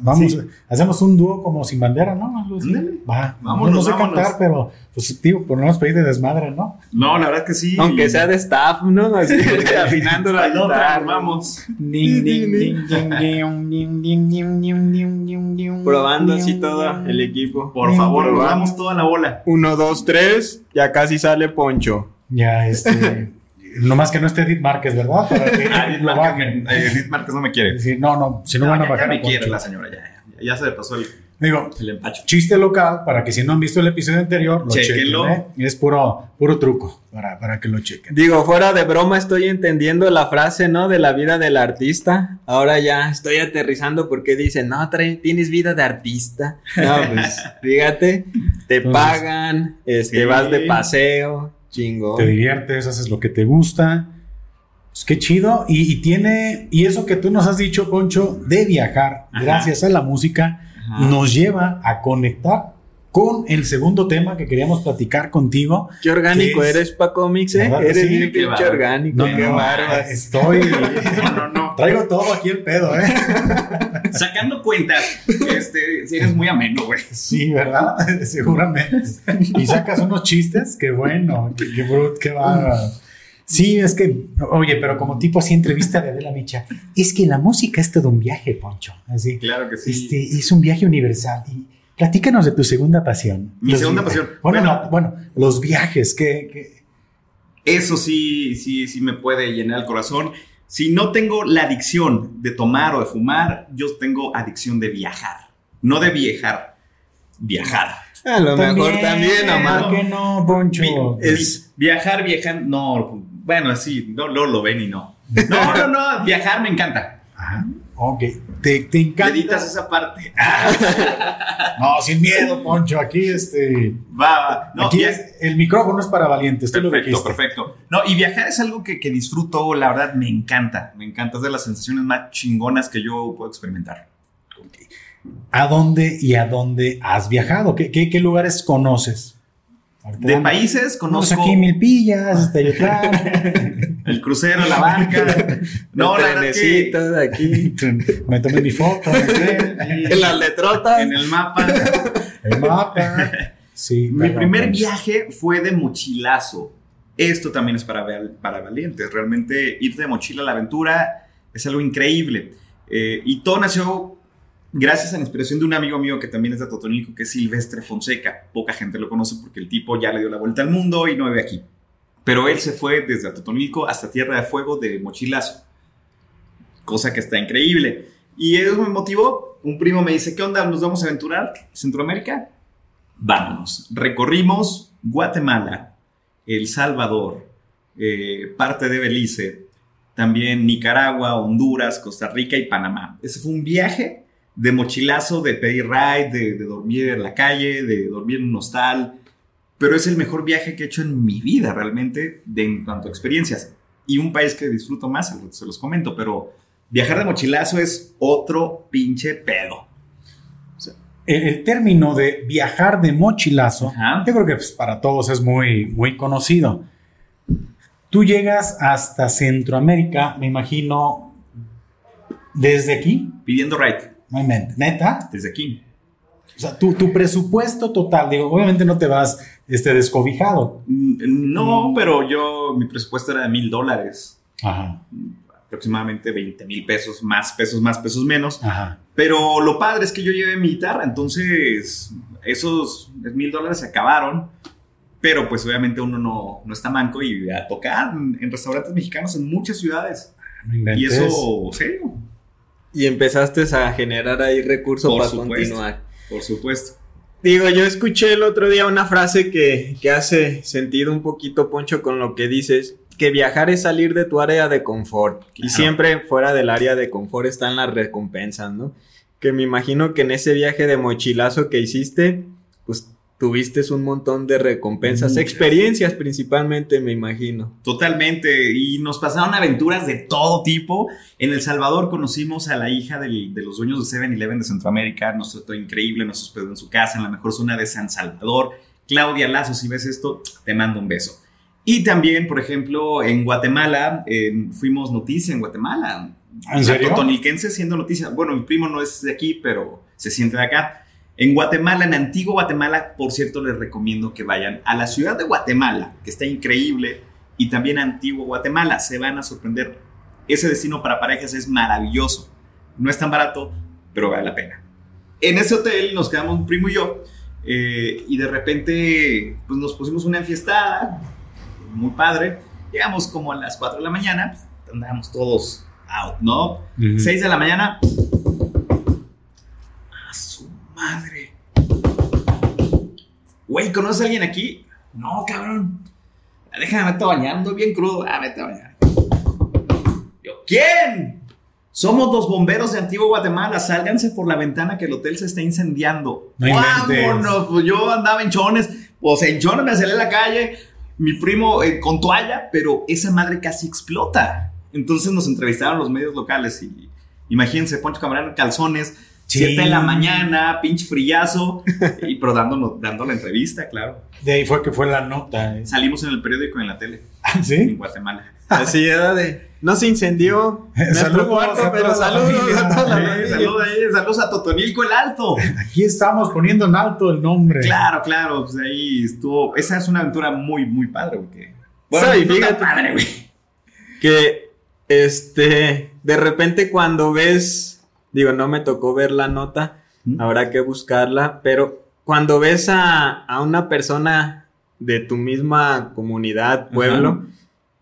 Vamos, Sí. hacemos un dúo como sin bandera, ¿no? Algo así. Ándale. Va, Vámonos, no sé vámonos. cantar, pero pues, tío, por no más pedir de desmadre, ¿no? No, la verdad que sí. Aunque sea de staff, ¿no? Así, afinando la Al otro, guitarra. vamos. Ding, ding, ding, ding, ding, ding, ding, ding, ding, ding, ding, ding. Probando así todo el equipo. Por favor, Ding, nos ding. damos toda la bola. Uno, dos, tres. Ya casi sale Poncho. Ya, este. Nomás que no esté Edith Márquez, ¿verdad? Para que Ah, Edith lo Márquez, bajen. eh, Edith Márquez no me quiere. Sí, no, no, si no, van a ya, ya bajar. a me quiere Poncho. la señora, ya, ya, ya se le pasó el, Digo, el empacho. chiste local, para que si no han visto el episodio anterior, lo Chéquenlo. chequen, ¿eh? Es puro, puro truco para, para que lo chequen. Digo, fuera de broma, estoy entendiendo la frase, ¿no? De la vida del artista. Ahora ya estoy aterrizando porque dicen, no, trae- tienes vida de artista. No, pues, fíjate, te Entonces, pagan, este, Pues, sí. vas de paseo, chingo. Te diviertes, haces lo que te gusta. Pues qué chido. Y, y tiene, y eso que tú nos has dicho, Poncho, de viajar, Ajá. gracias a la música, nos lleva a conectar con el segundo tema que queríamos platicar contigo. Qué orgánico ¿Qué es? eres, Paco Mix, ¿eh? La verdad, Eres sí, bien qué pinche bárbaro. orgánico. No, qué no, bárbaro. estoy. No, no, no. Traigo todo aquí el pedo, ¿eh? Sacando cuentas, este, sí eres muy ameno, güey. Sí, ¿verdad? Seguramente. Y sacas unos chistes, que bueno, que, que, brut- que va. Sí, es que, oye, pero como tipo así entrevista de Adela Micha, es que la música es todo un viaje, Poncho. Así, Claro que sí. este, es un viaje universal. Y platícanos de tu segunda pasión. Mi segunda vi- pasión. Bueno, Bueno. no, bueno, los viajes, que, que- Eso sí, sí, sí me puede llenar el corazón. Si no tengo la adicción de tomar o de fumar, yo tengo adicción de viajar. No de viajar, viajar. A lo mejor también, ¿Por Omar. qué no, Poncho? Vi- es viajar, viajar, no, bueno, sí, no, luego lo ven y no. No, no, no, viajar me encanta. Ajá, ok, te, te encanta. Editas esa parte. Ah, No, sin miedo, Poncho, aquí este... Va, va. No, aquí via- es- el micrófono es para valientes, tú lo Perfecto, dijiste. perfecto. No, y viajar es algo que, que disfruto, la verdad, me encanta. Me encanta, es de las sensaciones más chingonas que yo puedo experimentar. ¿A dónde y a dónde has viajado? ¿Qué, qué- qué lugares conoces? Ahorita De dame- países No, pues conozco aquí Milpillas, este, Yotlán. el crucero, la barca. No, la verdad que trenecitos de aquí. Me tomé mi foto, me quedé ahí En las letrotas. en el mapa. el mapa. Sí, Mi perdón, primer Poncho. viaje fue de mochilazo. Esto también es para, val- para valientes. Realmente ir de mochila a la aventura es algo increíble. Eh, y todo nació gracias a la inspiración de un amigo mío que también es de Totonilco, que es Silvestre Fonseca. Poca gente lo conoce porque el tipo ya le dio la vuelta al mundo y no vive aquí. Pero él se fue desde Totonilco hasta Tierra de Fuego de mochilazo. Cosa que está increíble. Y eso me motivó. Un primo me dice, ¿qué onda? ¿Nos vamos a aventurar? ¿Centroamérica? Vámonos. Recorrimos Guatemala, El Salvador, eh, parte de Belice, también Nicaragua, Honduras, Costa Rica y Panamá. Ese fue un viaje de mochilazo, de pedir ride, de, de dormir en la calle, de dormir en un hostal. Pero es el mejor viaje que he hecho en mi vida realmente de, en cuanto a experiencias. Y un país que disfruto más, al rato se los comento, pero viajar de mochilazo es otro pinche pedo. El, el término de viajar de mochilazo, Ajá. yo creo que pues, para todos es muy, muy conocido. Tú llegas hasta Centroamérica, me imagino, desde aquí. Pidiendo ride, No hay mente. ¿Neta? desde aquí. O sea, tu, tu presupuesto total, digo, obviamente no te vas este, descobijado. Mm, No, pero yo, mi presupuesto era de mil dólares, Ajá, aproximadamente 20 mil pesos, más pesos, más pesos, menos. ajá. Pero lo padre es que yo llevé mi guitarra, entonces esos mil dólares se acabaron. Pero pues obviamente uno no, no está manco y a tocar en en restaurantes mexicanos en muchas ciudades. No inventes. Y eso, serio, Y empezaste a generar ahí recursos Por para supuesto. continuar. por supuesto. Digo, yo escuché el otro día una frase que, que hace sentido un poquito, Poncho, con lo que dices, que viajar es salir de tu área de confort. Y Claro. siempre fuera del área de confort están las recompensas, ¿no? Que me imagino que en ese viaje de mochilazo que hiciste, pues tuviste un montón de recompensas, Muchas. experiencias principalmente, me imagino. Totalmente. Y nos pasaron aventuras de todo tipo. En El Salvador conocimos a la hija del- de los dueños de 7-Eleven de Centroamérica. Nos trató increíble, nos hospedó en su casa, en la mejor zona de San Salvador. Claudia Lazo, si ves esto, te mando un beso. Y también, por ejemplo, en Guatemala, eh, fuimos noticia en Guatemala. ¿En serio? Totoniquense siendo noticia. Bueno, mi primo no es de aquí, pero se siente de acá. En Guatemala, en Antigua Guatemala, por cierto, les recomiendo que vayan a la ciudad de Guatemala, que está increíble, y también a Antigua Guatemala, se van a sorprender. Ese destino para parejas es maravilloso. No es tan barato, pero vale la pena. En ese hotel nos quedamos un primo y yo, eh, y de repente pues, nos pusimos una enfiestada, muy padre. Llegamos como a las 4 de la mañana, pues, andábamos todos out, ¿no? Ujú. 6 de la mañana. A su madre. Güey, ¿conoces a alguien aquí? No, cabrón. Déjame, vete bañando, bien crudo. Ah, vete a bañar. Yo, ¿quién? Somos los bomberos de Antiguo Guatemala. Sálganse por la ventana que el hotel se está incendiando. No inventes. Vámonos. Pues yo andaba en chones. Pues en chones me salí a la calle. Mi primo eh, con toalla, pero esa madre casi explota. Entonces nos entrevistaron los medios locales y imagínense, Poncho Camarán en calzones, Sí. 7 de la mañana, pinche frillazo, y, pero dándonos, dando la entrevista, claro. De ahí fue que fue la nota. ¿eh? Salimos en el periódico y en la tele, en ¿Sí? Guatemala. Así era de, no se incendió nuestro Saludos cuarto, a pero toda la saludos familia. a toda la Eh, Eh, familia. saludos, ahí, saludos a Totonilco el Alto. Aquí estamos poniendo en alto el nombre. Claro, claro, pues ahí estuvo. Esa es una aventura muy, muy padre, porque Bueno, Sí, no está fíjate. padre, güey. que este de repente cuando ves digo no me tocó ver la nota Ujú. habrá que buscarla pero cuando ves a, a una persona de tu misma comunidad pueblo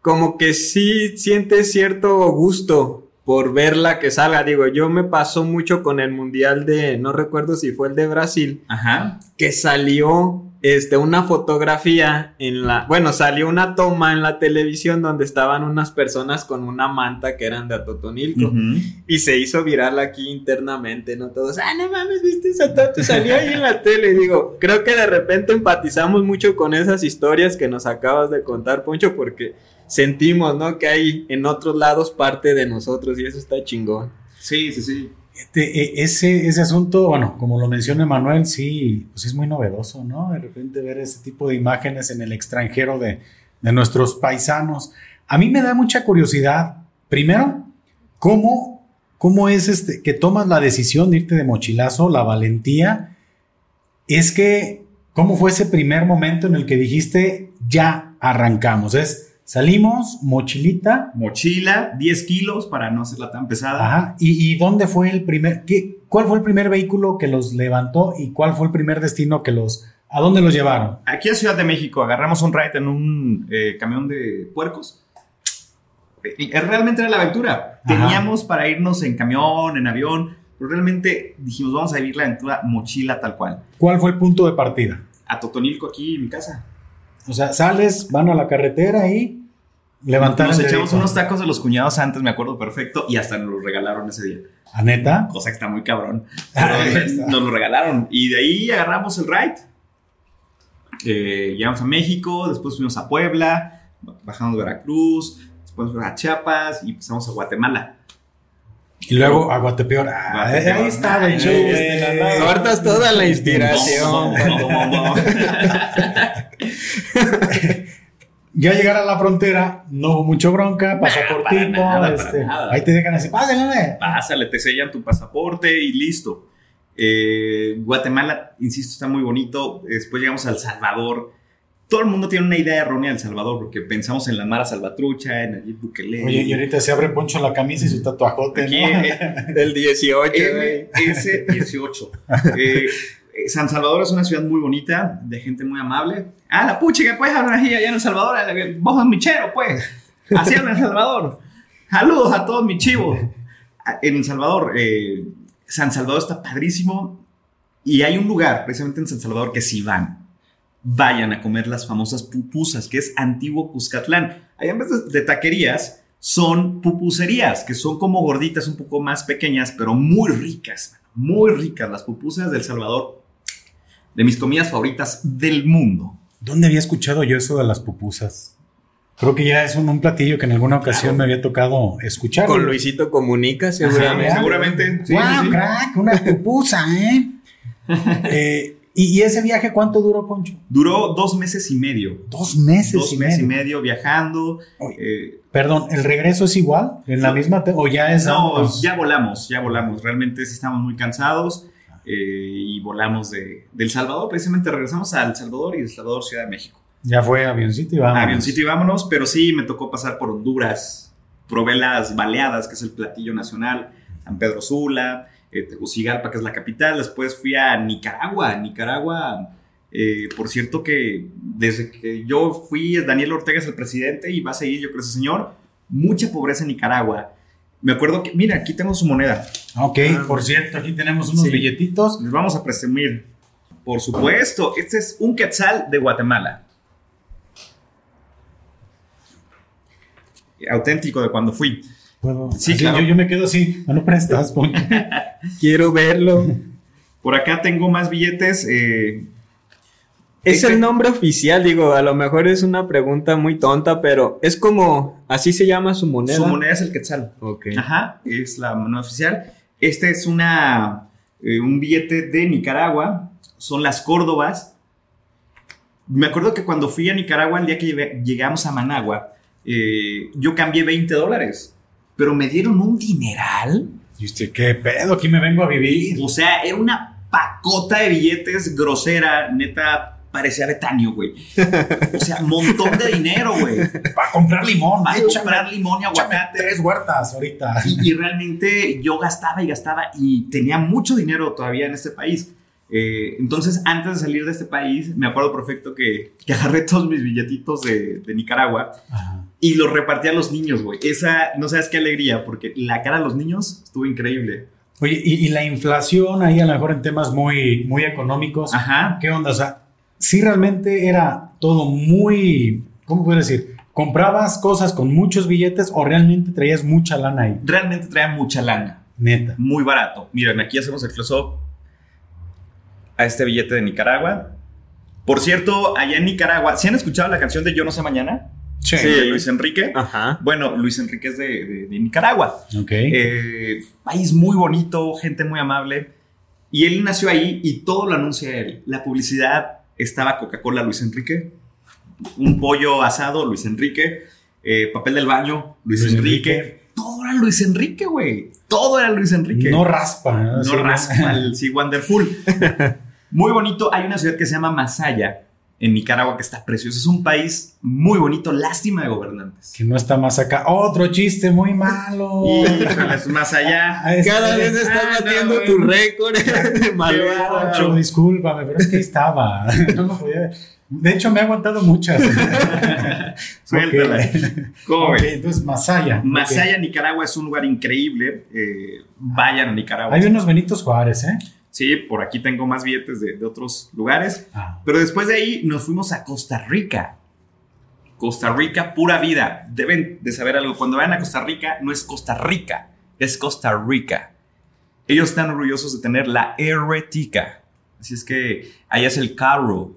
como que sí sientes cierto gusto por verla que salga digo yo me pasó mucho con el mundial de no recuerdo si fue el de Brasil Ajá. que salió este, una fotografía en la. Bueno, salió una toma en la televisión donde estaban unas personas con una manta que eran de Atotonilco. Ujú. Y se hizo viral aquí internamente, ¿no? Todos, ah, no mames, viste esa tatu, salió ahí en la tele. Y digo, creo que de repente empatizamos mucho con esas historias que nos acabas de contar, Poncho, porque sentimos, ¿no? Que hay en otros lados parte de nosotros y eso está chingón. Sí, sí, sí. Este, e- ese, ese asunto, bueno, como lo menciona Manuel, sí, pues es muy novedoso, ¿no? De repente ver ese tipo de imágenes en el extranjero de, de nuestros paisanos. A mí me da mucha curiosidad, primero, cómo, cómo es este, que tomas la decisión de irte de mochilazo, la valentía. Es que, ¿cómo fue ese primer momento en el que dijiste, ya arrancamos? Es, salimos, mochilita, Mochila, 10 kilos para no hacerla tan pesada. Ajá. ¿Y, y dónde fue el primer, qué- cuál fue el primer vehículo que los levantó y cuál fue el primer destino que los, a dónde los llevaron? Aquí a Ciudad de México agarramos un ride en un eh, camión de puercos. Eh, Realmente era la Ajá. aventura. Teníamos para irnos en camión, en avión, pero realmente dijimos, vamos a vivir la aventura mochila tal cual. ¿Cuál fue el punto de partida? A Totonilco aquí en mi casa. O sea, sales, van a la carretera y levantaron. Nos el echamos dedito. unos tacos de los cuñados antes, me acuerdo perfecto, y hasta nos los regalaron ese día. ¿A neta? Cosa que está muy cabrón. Ah, Pero, eh, está. nos lo regalaron. Y de ahí agarramos el ride. Eh, llegamos a México, después fuimos a Puebla, bajamos a Veracruz, después fuimos a Chiapas y pasamos a Guatemala. Y luego a Guatepeor. Ah, Guatepeor. Ahí estaba Ay, el show. este, güey. la- la- Cortas toda la inspiración. Ya llegar a la frontera, no hubo mucho bronca, pasaportito. nada, para este, nada. ahí te dejan así, pásenle. Pásale, te sellan tu pasaporte y listo. Eh, Guatemala, insisto, está muy bonito. Después llegamos al Salvador. Todo el mundo tiene una idea errónea del Salvador, porque pensamos en la Mara Salvatrucha, en Nayib Bukele. Oye, y ahorita se abre Poncho la camisa y su tatuajote, Aquí, ¿no? eh, Del 18, güey. MS18. Eh, eh, San Salvador es una ciudad muy bonita, de gente muy amable. Ah, la pucha que pues hablan allá en El Salvador, eh, vos es michero, pues. Así hablan en El Salvador. Saludos a todos mis chivos. Ah, En El Salvador, eh, San Salvador está padrísimo y hay un lugar precisamente en San Salvador que si van, vayan a comer las famosas pupusas, que es antiguo Cuscatlán. Allá en vez de- de taquerías, son pupuserías, que son como gorditas un poco más pequeñas, pero muy ricas, muy ricas las pupusas del Salvador, de mis comidas favoritas del mundo. ¿Dónde había escuchado yo eso de las pupusas? Creo que ya es un, un platillo que en alguna ocasión me había tocado escuchar. Con Luisito Comunica, seguramente. Ajá. Seguramente. sí, ¡Wow, sí, sí. crack! Una pupusa, ¿eh? Eh, y, y ese viaje cuánto duró, Poncho? Duró dos meses y medio. Dos meses. Dos y meses y medio. medio viajando. Oye, eh, Perdón, ¿el regreso es igual? ¿En la misma? te- ¿O ya es.? Pues, no, ambos? ya volamos, ya volamos. Realmente sí estamos muy cansados eh, y volamos de, del Salvador. Precisamente regresamos al Salvador y del Salvador Ciudad de México. Ya fue avioncito y vamos. avioncito y vámonos, pero sí me tocó pasar por Honduras, probé las baleadas, que es el platillo nacional, San Pedro Sula, eh, Tegucigalpa, que es la capital, después fui a Nicaragua, Nicaragua, eh, por cierto que desde que yo fui, Daniel Ortega es el presidente y va a seguir, yo creo, ese señor, mucha pobreza en Nicaragua. Me acuerdo que, mira, aquí tengo su moneda, Ok, por cierto, aquí tenemos unos Sí. billetitos. les vamos a presumir. Por supuesto, este es un quetzal de Guatemala. Auténtico de cuando fui. Puedo- Sí, así, claro. yo, yo me quedo así. No, no prestas, Poncho. Quiero verlo. Por acá tengo más billetes. eh, Es Este- el nombre oficial, digo, a lo mejor es una pregunta muy tonta, pero es como, así se llama su moneda. Ah. su moneda es el quetzal. Ok. Ajá, es la moneda oficial. Este es una, eh, un billete de Nicaragua. Son las Córdobas. Me acuerdo que cuando fui a Nicaragua, el día que lleve- llegamos a Managua, eh, yo cambié 20 dólares. Pero me dieron un dineral. ¿Y usted qué pedo? Aquí me vengo a vivir. O sea, era una pacota de billetes grosera, neta, parecía Betania, güey. O sea, montón de dinero, güey. Para comprar limón, Para échame- comprar limón y échame aguacate. tres huertas ahorita. Y, y realmente yo gastaba y gastaba y tenía mucho dinero todavía en este país. Eh, entonces, antes de salir de este país, me acuerdo perfecto que, que agarré todos mis billetitos de, de Nicaragua Ajá. y los repartí a los niños, güey. Esa, no sabes qué alegría, porque la cara de los niños estuvo increíble. Oye, y, y la inflación ahí a lo mejor en temas muy, muy económicos. Ajá. ¿Qué onda? O sea, sí realmente era todo muy, ¿cómo puedo decir? ¿Comprabas cosas con muchos billetes o realmente traías mucha lana ahí? Realmente traía mucha lana, Neta. muy barato. Miren, aquí hacemos el close-up a este billete de Nicaragua. Por cierto, allá en Nicaragua, ¿se han escuchado la canción de Yo no sé mañana? De Luis Enrique. Ajá. Bueno, Luis Enrique es de, de- de Nicaragua. Ok. Eh, país muy bonito, gente muy amable. Y él nació ahí y todo lo anuncia él. La publicidad estaba Coca-Cola Luis Enrique, un pollo asado Luis Enrique, eh, papel del baño Luis, Luis Enrique. Enrique. Todo era Luis Enrique, güey. Todo era Luis Enrique. no raspa. No raspa el Sí Wonderful. Muy bonito. Hay una ciudad que se llama Masaya, en Nicaragua, que está preciosa. Es un país muy bonito. Lástima de gobernantes. Que no está más acá. Otro chiste muy malo. Híjole, es más allá. Ah, es- Cada vez estás Ah, no, batiendo güey. tu récord de malvado. Ocho, discúlpame, pero es que ahí estaba. No lo podía ver. De hecho, me ha aguantado muchas. Suéltala. ¿Cómo Ok, ves? entonces, Masaya. Masaya, Nicaragua es un lugar increíble. Eh, vayan a Ok. Nicaragua. Hay unos Benitos Juárez, ¿eh? Sí, por aquí tengo más billetes de, de otros lugares. Ah, Pero después de ahí nos fuimos a Costa Rica. Costa Rica, pura vida. Deben de saber algo. Cuando vayan a Costa Rica, no es Costa Rica, es Costa Rica. Ellos están orgullosos de tener la R tica. Así es que allá es el carro.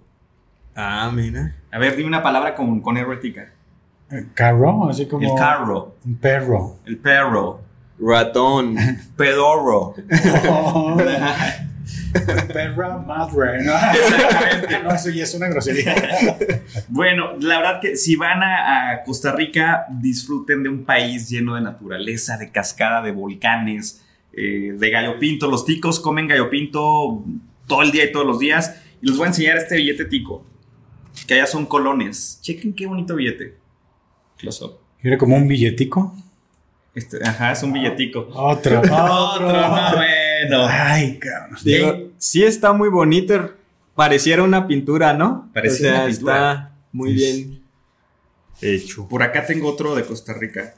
Ah, mira. A ver, dime una palabra con, con R tica. carro, así como. El carro, Un perro. el perro, Ratón. pedorro. Oh, perra madre. ¿no? No, eso ya es una grosería. Bueno, la verdad que si van a, a Costa Rica, disfruten de un país lleno de naturaleza, de cascada, de volcanes, eh, de gallo pinto. Los ticos comen gallo pinto todo el día y todos los días. Y les voy a enseñar este billete tico, que allá son colones. Chequen qué bonito billete. Close up. Era como un billetico. Este, ajá, es un billetico. Otro. Otro, no, bueno. Ay, cabrón. Digo, sí está muy bonito. Pareciera una pintura, ¿no? Parecía o sea, una pintura. está muy Es- bien hecho. Por acá tengo otro de Costa Rica.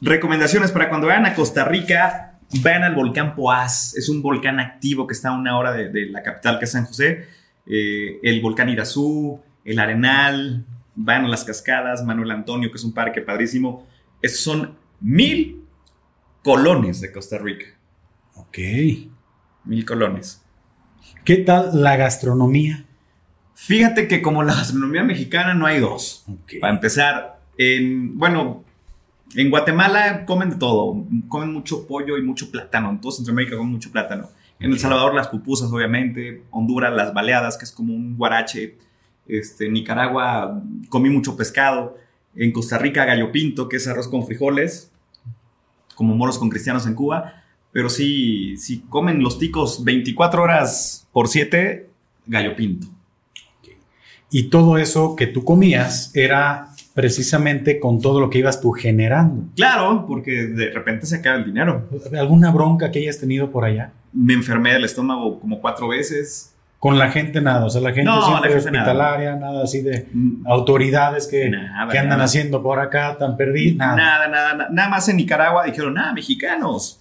Recomendaciones para cuando vayan a Costa Rica, vayan al volcán Poás. Es un volcán activo que está a una hora de, de la capital, que es San José. Eh, el volcán Irazú, el Arenal, van a las cascadas, Manuel Antonio, que es un parque padrísimo. Esos son mil colones de Costa Rica. Ok. Mil colones. ¿Qué tal la gastronomía? Fíjate que como la gastronomía mexicana no hay dos. Ok. Para empezar, en, bueno, en Guatemala comen de todo. Comen mucho pollo y mucho plátano. En todo Centroamérica comen mucho plátano. En El Salvador las pupusas, obviamente. Honduras las baleadas, que es como un guarache. Este, en Nicaragua comí mucho pescado. En Costa Rica gallo pinto, que es arroz con frijoles. Como moros con cristianos en Cuba. Pero sí, sí comen los ticos 24 horas por 7, gallo pinto. Y todo eso que tú comías era precisamente con todo lo que ibas tú generando. Claro, porque de repente se acaba el dinero. ¿Alguna bronca que hayas tenido por allá? me enfermé del estómago como cuatro veces. Con la gente nada, o sea, la gente No, siempre la gente hospitalaria, nada. así de autoridades que, Nada, que andan nada. haciendo por acá tan perdidas. Nada, Nada. nada, nada, Nada más en Nicaragua dijeron, nada, mexicanos.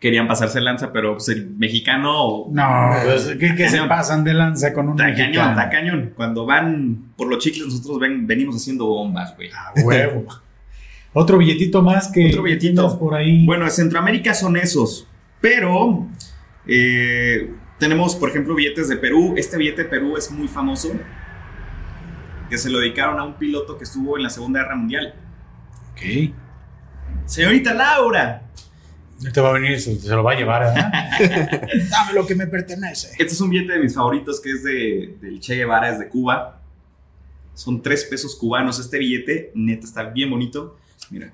Querían pasarse lanza, pero pues, el mexicano No, pues, ¿qué, qué se Cañón. pasan de lanza con un está cañón, mexicano? está cañón. Cuando van por los chicles, nosotros ven- venimos haciendo bombas, güey. A huevo. Otro billetito más que Otro billetito. tienes por ahí. Bueno, en Centroamérica son esos, pero eh, tenemos, por ejemplo, billetes de Perú. Este billete de Perú es muy famoso, que se lo dedicaron a un piloto que estuvo en la Segunda Guerra Mundial. Ok. Señorita Laura, Te va a venir, se, se lo va a llevar, ¿verdad? Dame lo que me pertenece. Este es un billete de mis favoritos que es de, del Che Guevara, es de Cuba. Son tres pesos cubanos. Este billete, neta, está bien bonito. Mira.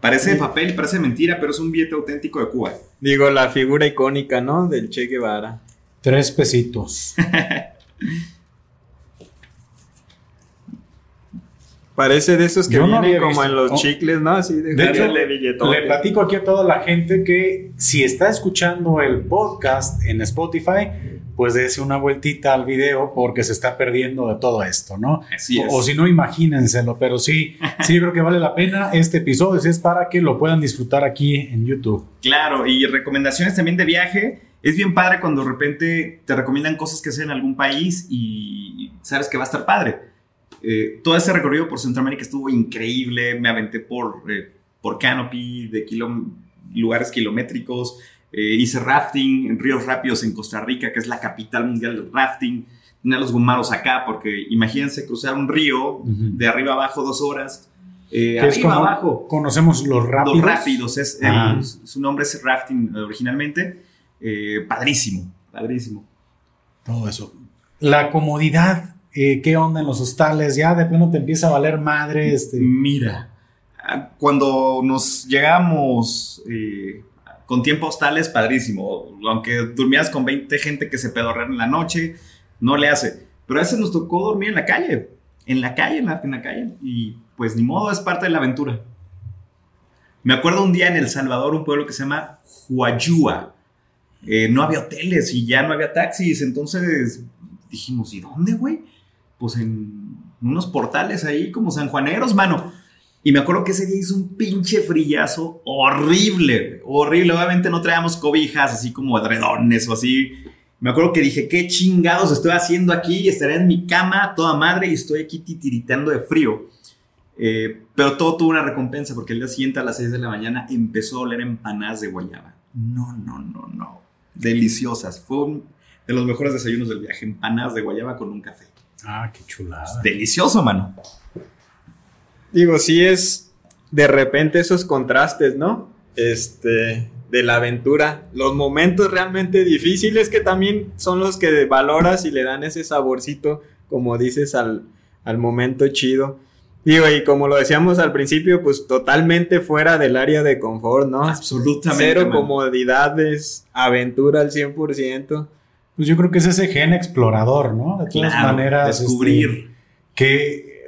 Parece de papel, parece mentira, pero es un billete auténtico de Cuba. Digo, la figura icónica, ¿no? Del Che Guevara. Tres pesitos. Parece de esos que Yo no vienen había como visto. en los Oh. chicles, ¿no? Así de, De hecho, dándole billetón. Le platico aquí a toda la gente que si está escuchando el podcast en Spotify, pues dése una vueltita al video porque se está perdiendo de todo esto, ¿no? Así es. O, o si no, imagínenselo, pero sí, sí creo que vale la pena este episodio, si es para que lo puedan disfrutar aquí en YouTube. Claro, y recomendaciones también de viaje. Es bien padre cuando de repente te recomiendan cosas que hacer en algún país y sabes que va a estar padre. Eh, todo ese recorrido por Centroamérica estuvo increíble. Me aventé por, eh, por canopy, de kilom- lugares kilométricos. Eh, hice rafting en ríos rápidos en Costa Rica, que es la capital mundial del rafting. Tenía los gumaros acá, porque imagínense cruzar un río Ujú. de arriba abajo dos horas. Eh, Que es arriba, como- abajo. Conocemos los rápidos. Los rápidos, es, el- Ah. su nombre es rafting eh, originalmente. Eh, padrísimo, padrísimo. Todo eso. La comodidad, eh, qué onda en los hostales, ya de plano te empieza a valer madre. Mm. Este. Mira, ah, cuando nos llegamos eh, con tiempo a hostales, padrísimo. Aunque durmieras con 20 gente que se pedorrean en la noche, no le hace. Pero a veces nos tocó dormir en la calle, en la calle, en la, en la calle. Y pues ni modo, es parte de la aventura. Me acuerdo un día en El Salvador, un pueblo que se llama Huayúa. Eh, no había hoteles y ya no había taxis. Entonces dijimos, ¿y dónde, güey? Pues en unos portales ahí como sanjuaneros, mano. Y me acuerdo que ese día hizo un pinche frillazo horrible, güey, horrible. Obviamente no traíamos cobijas así como edredones o así. Me acuerdo que dije, ¿qué chingados estoy haciendo aquí? Y estaré en mi cama a toda madre y estoy aquí titiritando de frío. Eh, pero todo tuvo una recompensa porque el día siguiente a las 6 de la mañana empezó a oler empanadas de guayaba. No, no, no, no. Deliciosas. Fue un- de los mejores desayunos del viaje. Empanadas de guayaba con un café. Ah, qué chulada. Pues, Delicioso, mano. Digo, sí es de repente esos contrastes, ¿no? Este, de la aventura. Los momentos realmente difíciles que también son los que valoras y le dan ese saborcito, como dices, al, al momento chido. Digo, y como lo decíamos al principio, pues totalmente fuera del área de confort, ¿no? Absolutamente. Cero mano. comodidades, aventura al 100%. Pues yo creo que es ese gen explorador, ¿no? De todas Claro, maneras. Descubrir. este, que eh,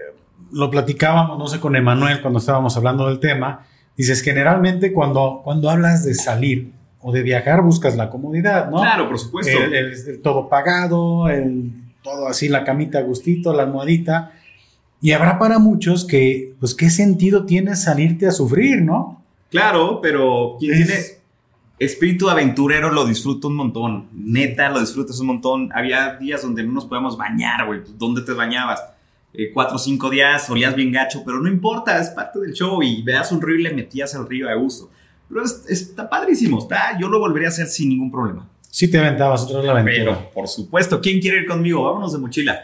lo platicábamos, no sé, con Emanuel cuando estábamos hablando del tema, dices, generalmente cuando, cuando hablas de salir o de viajar buscas la comodidad, ¿no? Eh, Claro, por supuesto. El, el- el todo pagado, el todo así, la camita a gustito, la almohadita. Y habrá para muchos que, pues, ¿qué sentido tiene salirte a sufrir, no? Claro, pero quien Es- tiene espíritu aventurero lo disfruta un montón. Neta, lo disfrutas un montón. Había días donde no nos podíamos bañar, güey. ¿Dónde te bañabas? Eh, cuatro o cinco días, olías bien gacho, pero no importa, es parte del show y veas un río y le metías al río a gusto. Pero es- está padrísimo, está, yo lo volvería a hacer sin ningún problema. Si te aventabas otra vez la aventura. Pero, por supuesto, ¿quién quiere ir conmigo? Vámonos de mochila.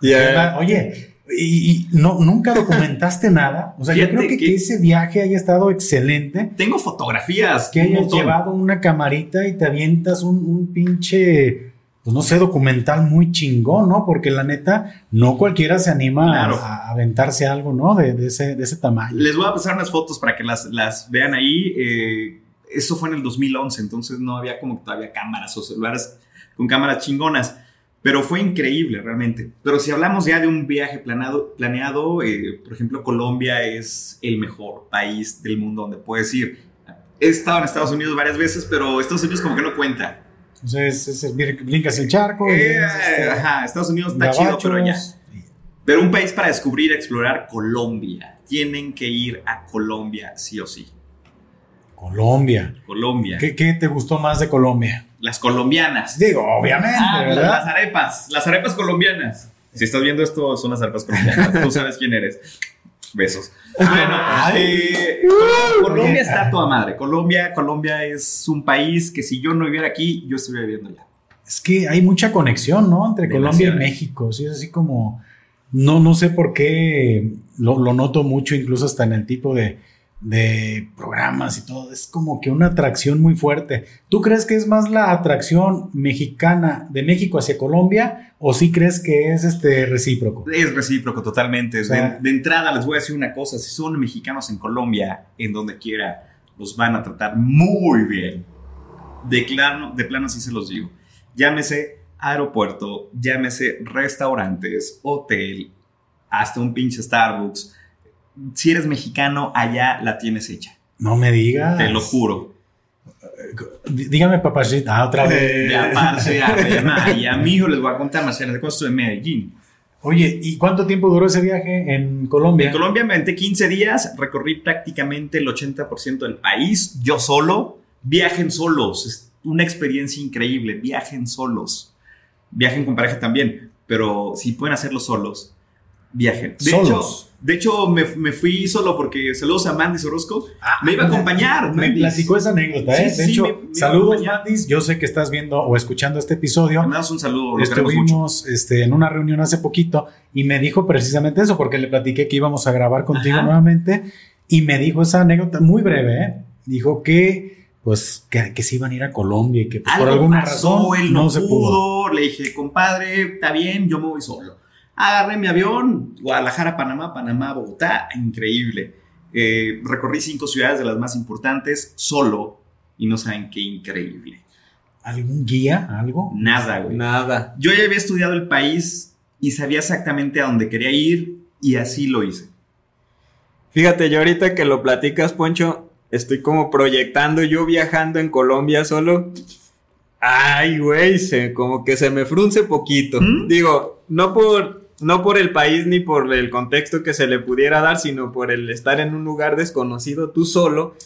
Y, eh, ¿Verdad? Oye, y, y no, nunca documentaste nada. O sea, yo Fíjate creo que, que- que ese viaje haya estado excelente. Tengo fotografías. que un hayas montón. llevado una camarita y te avientas un, un pinche, pues no sé, documental muy chingón, ¿no? Porque la neta, no cualquiera se anima a- Claro. a, aventarse algo, ¿no? De, de ese, de ese tamaño. Les voy a pasar unas fotos para que las, las vean ahí. eh, eso fue en el 2011, entonces no había como que todavía cámaras o celulares con cámaras chingonas. Pero fue increíble realmente. Pero si hablamos ya de un viaje planado, planeado, eh, por ejemplo, Colombia es el mejor país del mundo donde puedes ir. He estado en Estados Unidos varias veces, pero Estados Unidos como que no cuenta. Entonces, es- es- brincas el charco. y Eh, es, este, ajá, Estados Unidos está chido, gabachos. pero ya. Pero un país para descubrir, explorar, Colombia. Tienen que ir a Colombia sí o sí. Colombia. Colombia. ¿Qué, qué te gustó más de Colombia? Las colombianas. Digo, obviamente, Ah, las, ¿verdad? las arepas. Las arepas colombianas. Si estás viendo esto, son las arepas colombianas. Tú sabes quién eres. Besos. Bueno, eh, Col- Colombia está a toda madre. Colombia, Colombia es un país que si yo no viviera aquí, yo estuviera viviendo allá. Es que hay mucha conexión, ¿no? Entre Colombia y Demasiada. México. Sí, es así como. No, no sé por qué lo, lo noto mucho, incluso hasta en el tipo de, de programas y todo. Es como que una atracción muy fuerte. ¿Tú crees que es más la atracción mexicana de México hacia Colombia o sí crees que es este recíproco? Es recíproco totalmente. De- O sea- de, entrada les voy a decir una cosa. Si son mexicanos en Colombia, en donde quiera, los van a tratar muy bien. De, claro, de plano así se los digo. Llámese aeropuerto, llámese restaurantes, hotel, hasta un pinche Starbucks. Si eres mexicano, allá la tienes hecha. No me digas. Te lo juro. Dí- Dígame, papachita, ah, otra vez. Y aparte, a mi mamá y a mi hijo les voy a contar más de cosas de Medellín. Oye, ¿y cuánto tiempo duró ese viaje en Colombia? En Colombia me aventé 15 días, recorrí prácticamente el 80% del país, yo solo. Viajen solos, es una experiencia increíble, viajen solos. Viajen con pareja también, pero si pueden hacerlo solos, viajen. De Solos. hecho, de hecho me, me fui solo porque saludos a Mandis Orozco. Ah, Me iba a acompañar, Me Mandis. platicó esa anécdota, ¿eh? Sí, de sí, hecho, me- me iba a saludos, acompañar. Mandis. Yo sé que estás viendo o escuchando este episodio. Me das un saludo, lo queremos mucho. Estuvimos este, en una reunión hace poquito y me dijo precisamente eso, porque le platiqué que íbamos a grabar contigo Ajá. nuevamente y me dijo esa anécdota muy breve, ¿eh? dijo que pues que, que se iban a ir a Colombia y que pues, por Algo alguna pasó, razón él no, se pudo. pudo. Le dije, compadre, está bien, yo me voy solo. Agarré mi avión, Guadalajara, Panamá, Panamá, Bogotá, increíble. Eh, recorrí cinco ciudades de las más importantes solo y no saben qué increíble. ¿Algún guía? ¿Algo? Nada, güey. Nada. Yo ya había estudiado el país y sabía exactamente a dónde quería ir y así lo hice. Fíjate, yo ahorita que lo platicas, Poncho, estoy como proyectando yo viajando en Colombia solo. Ay, güey, se- como que se me frunce poquito. ¿Mm? Digo, no por, no por el país ni por el contexto que se le pudiera dar, sino por el estar en un lugar desconocido tú solo.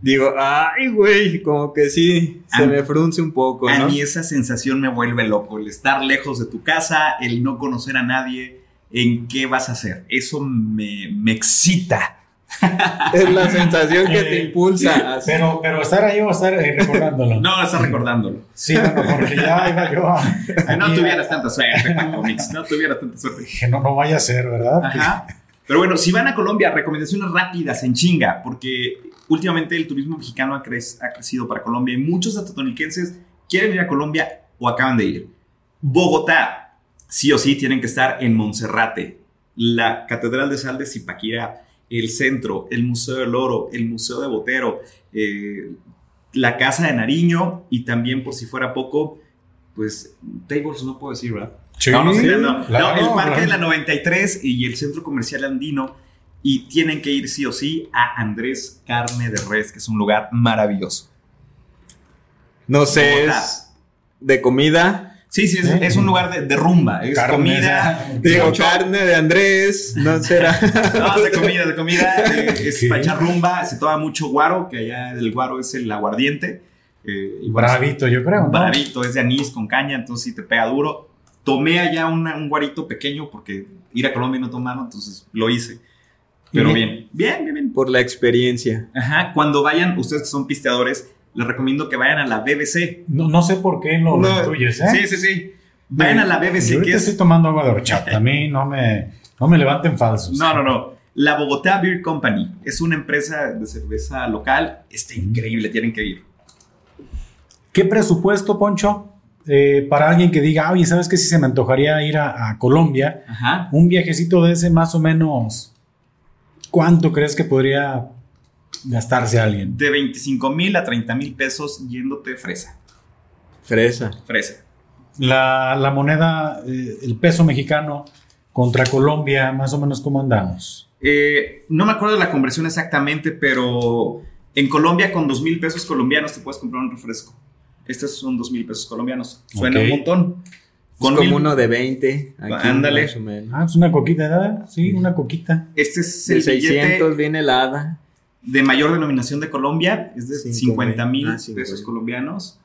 Digo, ay, güey, como que sí, se A- me frunce un poco, Pues A ¿no? mí esa sensación me vuelve loco, el estar lejos de tu casa, el no conocer a nadie, en qué vas a hacer. Eso me, me excita. Es la sensación que te Eh, impulsa. así. Pero, pero estar ahí o estar eh, recordándolo. No, estás recordándolo. Sí, bueno, porque ya iba yo a- a No mí- tuvieras tanta suerte, Paco Mix, no tuvieras tanta suerte. Dije, no, no vaya a ser, ¿verdad? Ajá. Pero bueno, si van a Colombia, recomendaciones rápidas en chinga, porque últimamente el turismo mexicano ha, crec- ha crecido para Colombia y muchos atotonilquenses quieren ir a Colombia o acaban de ir. Bogotá, sí o sí, tienen que estar en Monserrate, la Catedral de Sal de Zipaquirá, el centro, el Museo del Oro, el Museo de Botero, eh, la Casa de Nariño y también, por si fuera poco, pues, tables no puedo decir, ¿verdad? Sí, no, no, sí, no, no. claro, No, el parque claro. de la 93 y el centro comercial andino. Y tienen que ir sí o sí a Andrés Carne de Res, que es un lugar maravilloso. no sé, Bogotá. es de comida. Sí, sí, es, Sí. es un lugar de, de rumba. Es Carne, comida. o sea, Digo, mucho- carne de Andrés, no será. No, es de comida, de comida. eh, es Sí. para echar rumba. Se toma mucho guaro, que allá el guaro es el aguardiente. eh, y bueno, Bravito, yo creo, ¿no? Bravito, es de anís con caña, entonces sí te pega duro. Tomé allá una- un guarito pequeño porque ir a Colombia y no tomarlo, entonces lo hice. Pero Y- bien, bien, bien, bien. Por la experiencia. Ajá, cuando vayan, ustedes que son pisteadores, les recomiendo que vayan a la BBC. No, no sé por qué lo No, intuyes, ¿eh? Sí, sí, sí. Vayan a la Yo BBC, ahorita que estoy es... tomando agua de horchata. A mí no me, no me levanten falsos. No, no, no. La Bogotá Beer Company. Es una empresa de cerveza local. Está increíble, tienen que ir. ¿Qué presupuesto, Poncho? eh, para alguien que diga, oye, ¿sabes qué? Si se me antojaría ir a, a Colombia, Ajá. un viajecito de ese más o menos, ¿cuánto crees que podría gastarse alguien? De 25 mil a 30 mil pesos yéndote fresa. Fresa. Fresa. La, la moneda, eh, el peso mexicano contra Colombia, más o menos, ¿cómo andamos? Eh, no me acuerdo de la conversión exactamente, pero en Colombia con 2 mil pesos colombianos te puedes comprar un refresco. Estos son 2 mil pesos colombianos. Suena Ok. un montón. Es como mil- uno de 20. Aquí, Ándale. más o menos. Ah, es una coquita, ¿verdad? Sí, una coquita. Este es el De billete 600 viene la hada. de mayor denominación de Colombia, es de Cinco 50 mil mil. Ah, cinco pesos mil. colombianos.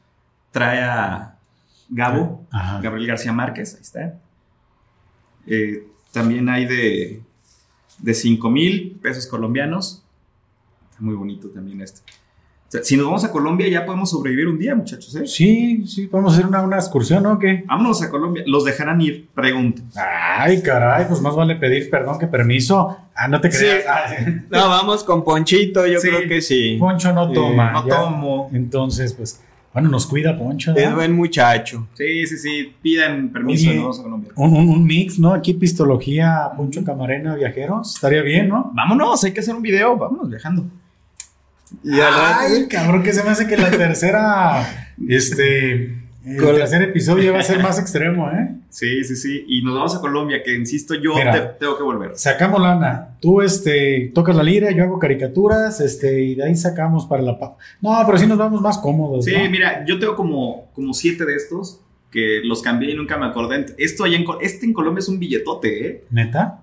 Trae a Gabo, Ah. Ajá. Gabriel García Márquez, ahí está. Eh, también hay de, de 5 mil pesos colombianos. Está muy bonito también este. O sea, si nos vamos a Colombia ya podemos sobrevivir un día, muchachos. ¿eh? Sí, sí, vamos a hacer una, una excursión, ¿no? ¿Qué? Vámonos a Colombia. Los dejarán ir, pregunto. Ay, caray, pues más vale pedir perdón que permiso. Ah, no te Sí. creas. Ay, No, vamos con Ponchito, yo Sí. creo que sí. Poncho no Eh, toma. No ya. tomo. Entonces, pues, bueno, nos cuida Poncho. Es ¿no? buen muchacho. Sí, sí, sí. Pidan permiso Oye. y nos vamos a Colombia. Un, un- un mix, ¿no? Aquí pistología, Poncho Camarena, viajeros. Estaría bien, ¿no? Vámonos, hay que hacer un video. Vámonos viajando. Y al rato- Ay, cabrón, que se me hace que la tercera, este, El Con- tercer episodio va a ser más extremo, ¿eh? Sí, sí, sí. Y nos vamos a Colombia, que insisto, yo Mira. te- tengo que volver. Sacamos lana. Tú este, tocas la lira, yo hago caricaturas, este, y de ahí sacamos para la pa- No, pero sí nos vamos más cómodos. Sí, ¿no? mira, yo tengo como, como siete de estos que los cambié y nunca me acordé. Esto allá en, Col- este en Colombia es un billetote, ¿eh? Neta.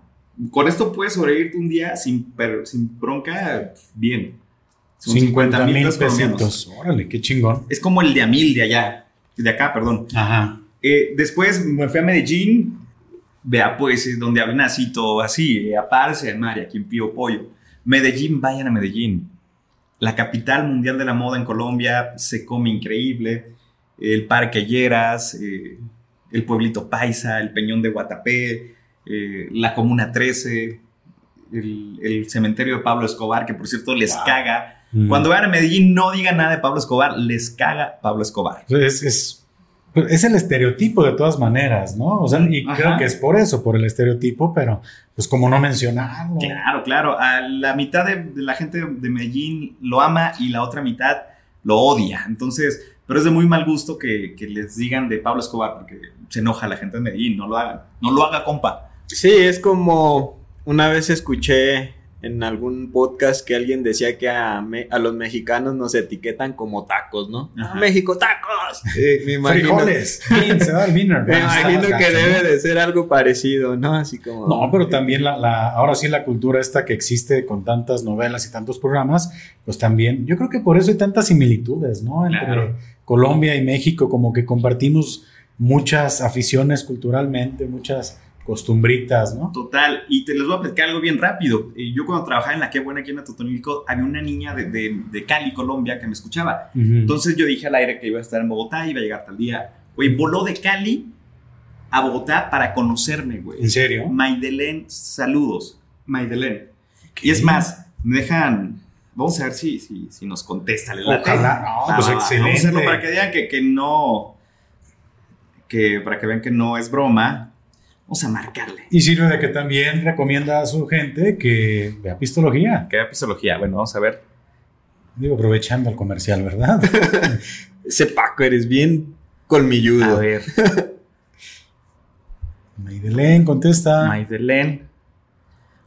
Con esto puedes sobrevivir un día sin, per- sin bronca bien. Son 50 mil pesos colombianos. pesitos. Órale, qué chingón. Es como el de a mil de allá, de acá, perdón. Ajá. Eh, después me fui a Medellín, vea pues, es donde hablan así todo así, eh, a Parce, a María, quien pío pollo. Medellín, vayan a Medellín. La capital mundial de la moda en Colombia, se come increíble. El Parque Lleras, eh, el Pueblito Paisa, el Peñón de Guatapé, eh, la Comuna 13, el, el cementerio de Pablo Escobar, que por cierto les Wow. caga. Mm. Cuando vayan a Medellín, no digan nada de Pablo Escobar, les caga Pablo Escobar. Es, es, es el estereotipo de todas maneras, ¿no? O sea, y Ajá. creo que es por eso, por el estereotipo, pero pues como no mencionarlo. Claro, claro. A la mitad de, de la gente de Medellín lo ama y la otra mitad lo odia. Entonces, pero es de muy mal gusto que, que les digan de Pablo Escobar, porque se enoja la gente de Medellín, no lo hagan. No lo haga, compa. Sí, es como una vez escuché en algún podcast que alguien decía que a, me- a los mexicanos nos etiquetan como tacos, ¿no? Ajá. ¡Ah, México, tacos. Eh, me imagino, Frijoles. Beans, se da el beaner, me ¿no? Está imagino que gacho, ¿no? debe de ser algo parecido, ¿no? Así como... Ah, No, pero también la, la- ahora sí la cultura esta que existe con tantas novelas y tantos programas, pues también, yo creo que por eso hay tantas similitudes, ¿no? Entre Claro. Colombia y México, como que compartimos muchas aficiones culturalmente, muchas costumbritas, ¿no? Total. Y te les voy a platicar algo bien rápido. Eh, Yo cuando trabajaba en La Qué Buena aquí en Atotonilco, había una niña de- de- de Cali, Colombia, que me escuchaba. Entonces, Entonces yo dije al aire que iba a estar en Bogotá, iba a llegar tal día. Güey, voló de Cali a Bogotá para conocerme, güey. ¿En serio? Maidelén, saludos. Maidelén. Y es más, me dejan. Vamos a ver si, si, si nos contesta. ¿le late? Ojalá, no, pues Va, va, va. Vamos a excelente. hacerlo para que digan que, que no. Que para que vean que no es broma. Vamos a marcarle. Y sirve de que también recomienda a su gente que vea pistología. ¿Qué psicología? Bueno, vamos a ver. Digo, aprovechando el comercial, ¿verdad? Ese Paco, eres bien A colmilludo. ver, Maydelén contesta. Maidelén.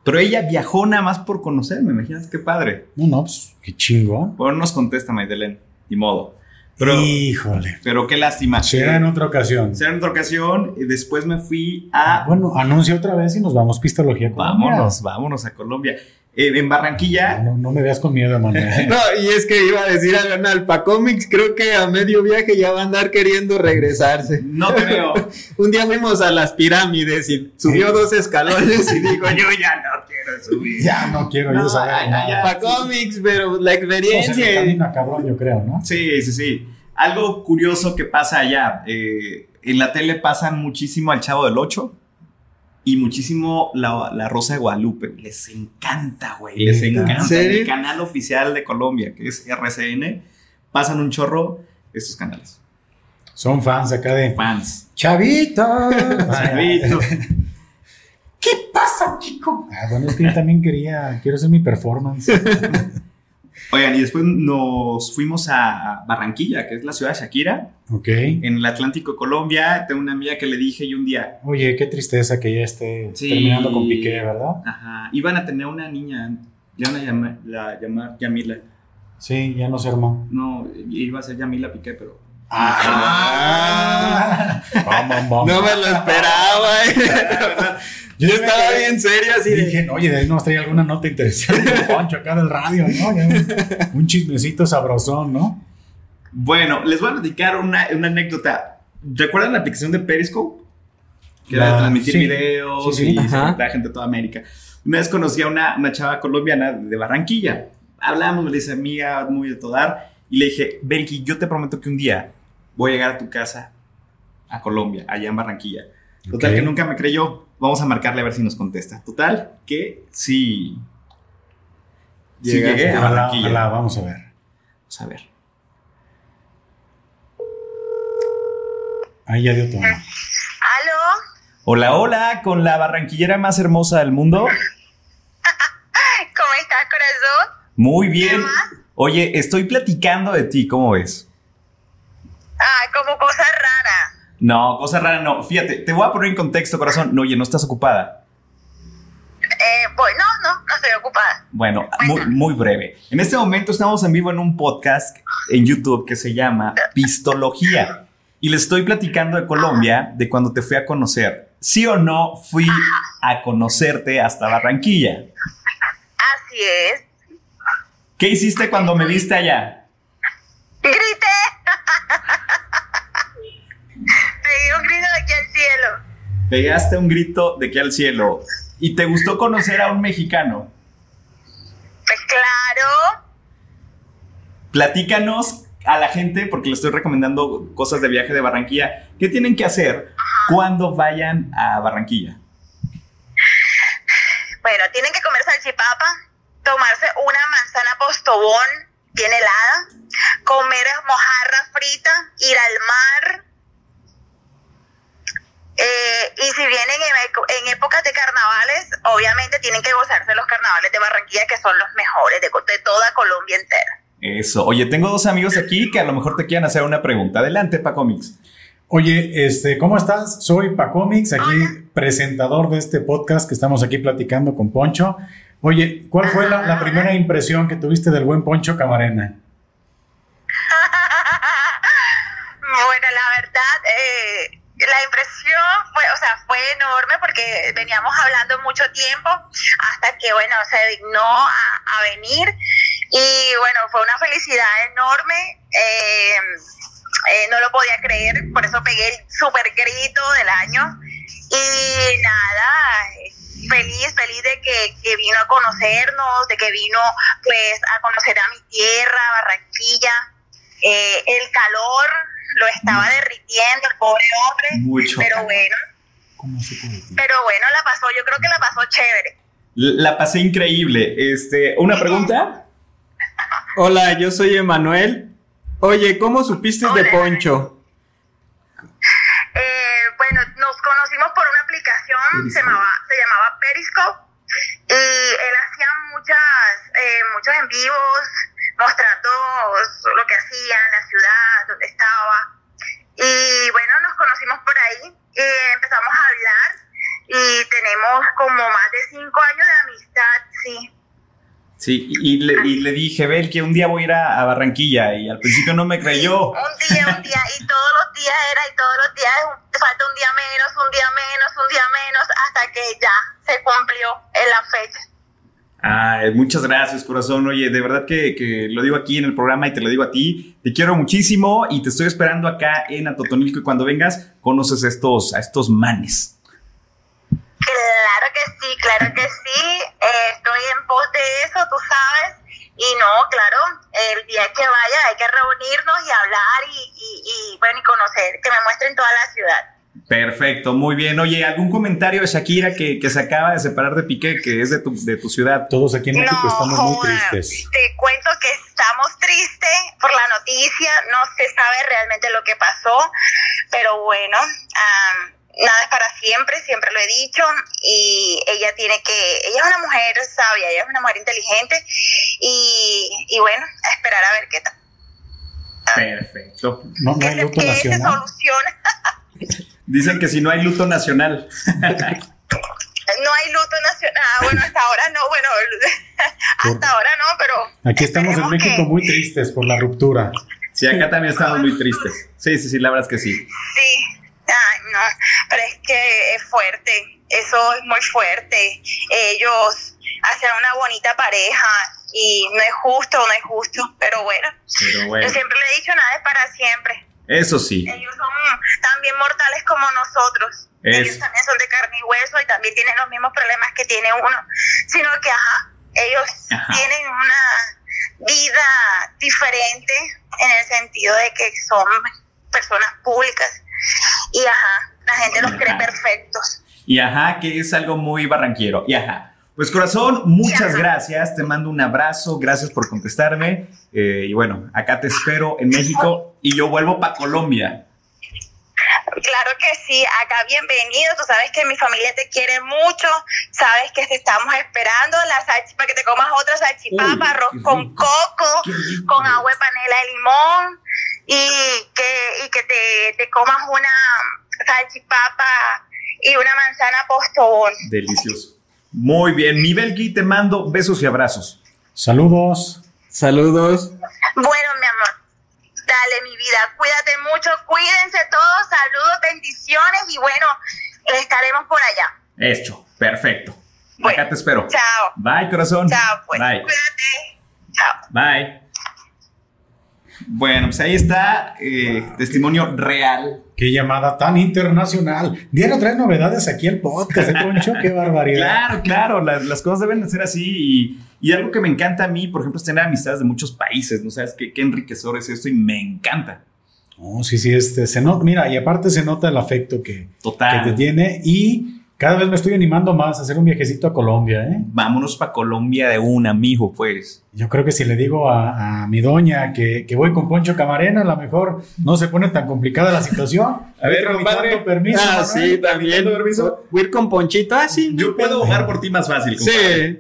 Pero ella viajó nada más por conocerme, imaginas qué padre. No, no, pues qué chingón. Bueno, nos contesta Maidelén, ni modo. Pero, Híjole. pero qué lástima. Será en otra ocasión. Será en otra ocasión. Y después me fui a. Ah, Bueno, anuncia otra vez y nos vamos pistología. con vámonos, vámonos a Colombia. Eh, en Andrea. Barranquilla. No, no me veas con miedo, Manuel. No, y es que iba a decir algo, no, al Pacomics creo que a medio viaje ya va a andar queriendo regresarse. No creo. Un día fuimos a las pirámides y subió dos escalones y dijo, yo ya no quiero subir. ya no quiero yo No, saber ay, nada. ay, ay. Pacomics, pero la O sea, me experiencia. camina cabrón, yo creo, ¿no? Sí, sí, sí. Algo curioso que pasa allá. eh, en la tele pasan muchísimo al Chavo del Ocho y muchísimo la, la Rosa de Guadalupe. Les encanta, güey. Les ¿En encanta. En serio? el canal oficial de Colombia, que es RCN, pasan un chorro estos canales. Son fans acá de Fans. Chavito. Chavito. ¿Qué pasa, chico? Ah, bueno, es que yo también quería, quiero hacer mi performance. Oigan, y después nos fuimos a Barranquilla, que es la ciudad de Shakira, Ok. en el Atlántico de Colombia. Tengo una amiga que le dije y un día, Oye, qué tristeza que ya esté Sí. terminando con Piqué, ¿verdad? ajá, iban a tener una niña, le iban a llamar, la, llamar Yamila. Sí, ya nos armó. No, iba a ser Yamila Piqué, pero. Ah. No me lo esperaba. Ah, eh. Yo estaba bien serio así de- Dije, oye, de ahí nos traía alguna nota interesante. Poncho acá del radio, ¿no? Ya un- un chismecito sabrosón, ¿no? Bueno, les voy a platicar una, una anécdota. ¿Recuerdan la aplicación de Periscope? Que era La- de transmitir Ah, sí. videos Sí, sí. y se Ajá. conectaba gente de toda América. Una vez conocí a una, una chava colombiana de Barranquilla. Hablamos, me dice amiga, muy de todar. Y le dije, Belki, yo te prometo que un día voy a llegar a tu casa a Colombia, allá en Barranquilla. Total, Ok. que nunca me creyó. Vamos a marcarle a ver si nos contesta. Total, que sí. Sí Llegaste. llegué a Ojalá, Barranquilla. ojalá, vamos a ver. Vamos a ver. Ahí ya dio tono. ¿Aló? Hola, hola, con la barranquillera más hermosa del mundo. ¿Cómo estás, corazón? Muy bien. Oye, estoy platicando de ti, ¿cómo ves? Ah, como cosa rara. No, cosa rara no. Fíjate, te voy a poner en contexto, corazón. No, oye, no estás ocupada. Eh, voy, no, no, no estoy ocupada. Bueno, muy, muy breve. En este momento estamos en vivo en un podcast en YouTube que se llama Pistología. Y le estoy platicando de Colombia, de cuando te fui a conocer. ¿Sí o no fui a conocerte hasta Barranquilla? Así es. ¿Qué hiciste cuando me viste allá? Grité. Pegué un grito de aquí al cielo. Pegaste un grito de que al cielo. ¿Y te gustó conocer a un mexicano? Pues claro. Platícanos a la gente, porque le estoy recomendando cosas de viaje de Barranquilla. ¿Qué tienen que hacer cuando vayan a Barranquilla? Bueno, tienen que comer salchipapa, tomarse una manzana postobón bien helada, comer mojarra frita, ir al mar. Eh, y si vienen en, eco- en épocas de carnavales, obviamente tienen que gozarse los carnavales de Barranquilla, que son los mejores de, co- de toda Colombia entera. Eso. Oye, tengo dos amigos aquí que a lo mejor te quieran hacer una pregunta. Adelante, Pacomix. Oye, este, ¿cómo estás? Soy Pacomix, aquí presentador de este podcast que estamos aquí platicando con Poncho. Oye, ¿cuál fue la, la primera impresión que tuviste del buen Poncho Camarena? bueno, la verdad, eh, la impresión fue, o sea, fue enorme porque veníamos hablando mucho tiempo hasta que, bueno, se dignó a, a venir y, bueno, fue una felicidad enorme. eh, eh, no lo podía creer, por eso pegué el super grito del año y nada, feliz, feliz de que, que vino a conocernos, de que vino pues a conocer a mi tierra, Barranquilla. Eh, el calor lo estaba derritiendo el pobre hombre, Mucho pero calor. bueno, ¿Cómo se puede pero bueno, la pasó, yo creo que la pasó chévere. La pasé increíble. Este, ¿una pregunta? Hola, yo soy Emanuel. Oye, ¿cómo supiste de Hola. Poncho? Eh, bueno, nos conocimos por una aplicación, se Periscope. llamaba, se llamaba Periscope, y él hacía muchas, eh, muchos en vivos, mostrando lo que hacía en la ciudad, donde estaba. Y bueno, nos conocimos por ahí, y empezamos a hablar, y tenemos como más de cinco años de amistad, sí. Sí, y y le, y le dije, Bel, que un día voy a ir a, a Barranquilla y al principio no me creyó. Un día, un día, y todos los días era, y todos los días un- falta un día menos, un día menos, un día menos, hasta que ya se cumplió en la fecha. Ah, muchas gracias, corazón. Oye, de verdad que, que lo digo aquí en el programa y te lo digo a ti. Te quiero muchísimo y te estoy esperando acá en Atotonilco y cuando vengas conoces a estos, a estos manes. Claro que sí, claro que sí, eh, estoy en pos de eso, tú sabes. Y no, claro, el día que vaya hay que reunirnos y hablar y, y, y, bueno, y conocer, que me muestren toda la ciudad. Perfecto, muy bien. Oye, ¿algún comentario de Shakira que, que se acaba de separar de Piqué, que es de tu, de tu ciudad? Todos aquí en México estamos muy joda, tristes. Te cuento que estamos tristes por la noticia, no se sabe realmente lo que pasó, pero bueno, am, nada es para siempre, siempre lo he dicho, y ella tiene que, ella es una mujer sabia, ella es una mujer inteligente, y, y bueno, a esperar a ver qué tal. Perfecto. No, no Que hay se, luto que se nacional. soluciona, Dicen que si no hay luto nacional. no hay luto nacional, ah, bueno, hasta ahora no, bueno, hasta ahora no, pero... Aquí estamos en esperemos que- México muy tristes por la ruptura. Sí, acá también estamos muy tristes. Sí, sí, sí, la verdad es que sí. Sí, ay, no, pero es que es fuerte, eso es muy fuerte. Ellos hacen una bonita pareja y no es justo, no es justo, pero bueno, Pero bueno, yo siempre le he dicho nada es para siempre. eso sí. Ellos son también mortales como nosotros. Es- Ellos también son de carne y hueso y también tienen los mismos problemas que tiene uno, sino que, ajá, ellos Ajá. tienen una vida diferente en el sentido de que son personas públicas y, ajá, la gente los cree Ajá. perfectos. Y ajá, que es algo muy barranquero. Y ajá. Pues corazón, muchas Ajá. gracias. Te mando un abrazo. Gracias por contestarme. Eh, y bueno, acá te espero en México y yo vuelvo para Colombia. Claro que sí, acá bienvenido, tú sabes que mi familia te quiere mucho, sabes que te estamos esperando la salch- para que te comas otra Uy, salchipapa, qué arroz con rico. coco, Qué rico. con agua de panela de limón y que, y que que te comas una salchipapa y una manzana postobón. Delicioso. Muy bien. Mi Belki, te mando besos y abrazos. Saludos. Saludos. Bueno, mi amor, dale mi vida, cuídate mucho, cuídense todos, saludos, bendiciones y bueno, estaremos por allá. Hecho. Perfecto. Bueno, Acá te espero. Chao, Bye, corazón. chao, pues. Bye. Cuídate. Chao. Bye. Bueno, pues ahí está eh, testimonio real. Qué llamada tan internacional. Dieron tres novedades aquí al podcast, ¿eh, Poncho? Qué barbaridad. Claro, claro, las, las cosas deben de ser así y, y algo que me encanta a mí, por ejemplo, es tener amistades de muchos países, ¿no sabes qué, qué enriquecedor es esto y me encanta. No, sí, sí, este, se nota, mira, y aparte se nota el afecto que, Total. que te tiene y cada vez me estoy animando más a hacer un viajecito a Colombia, ¿eh? Vámonos para Colombia de un amigo, pues. Yo creo que si le digo a, a mi doña que, que voy con Poncho Camarena, a lo mejor no se pone tan complicada la situación. A ver, Tramitando compadre. permiso. Ah, Manuel. sí, también. permiso. Voy a ir con Ponchito, ah, sí. Yo puedo jugar por ti más fácil. compadre. Sí.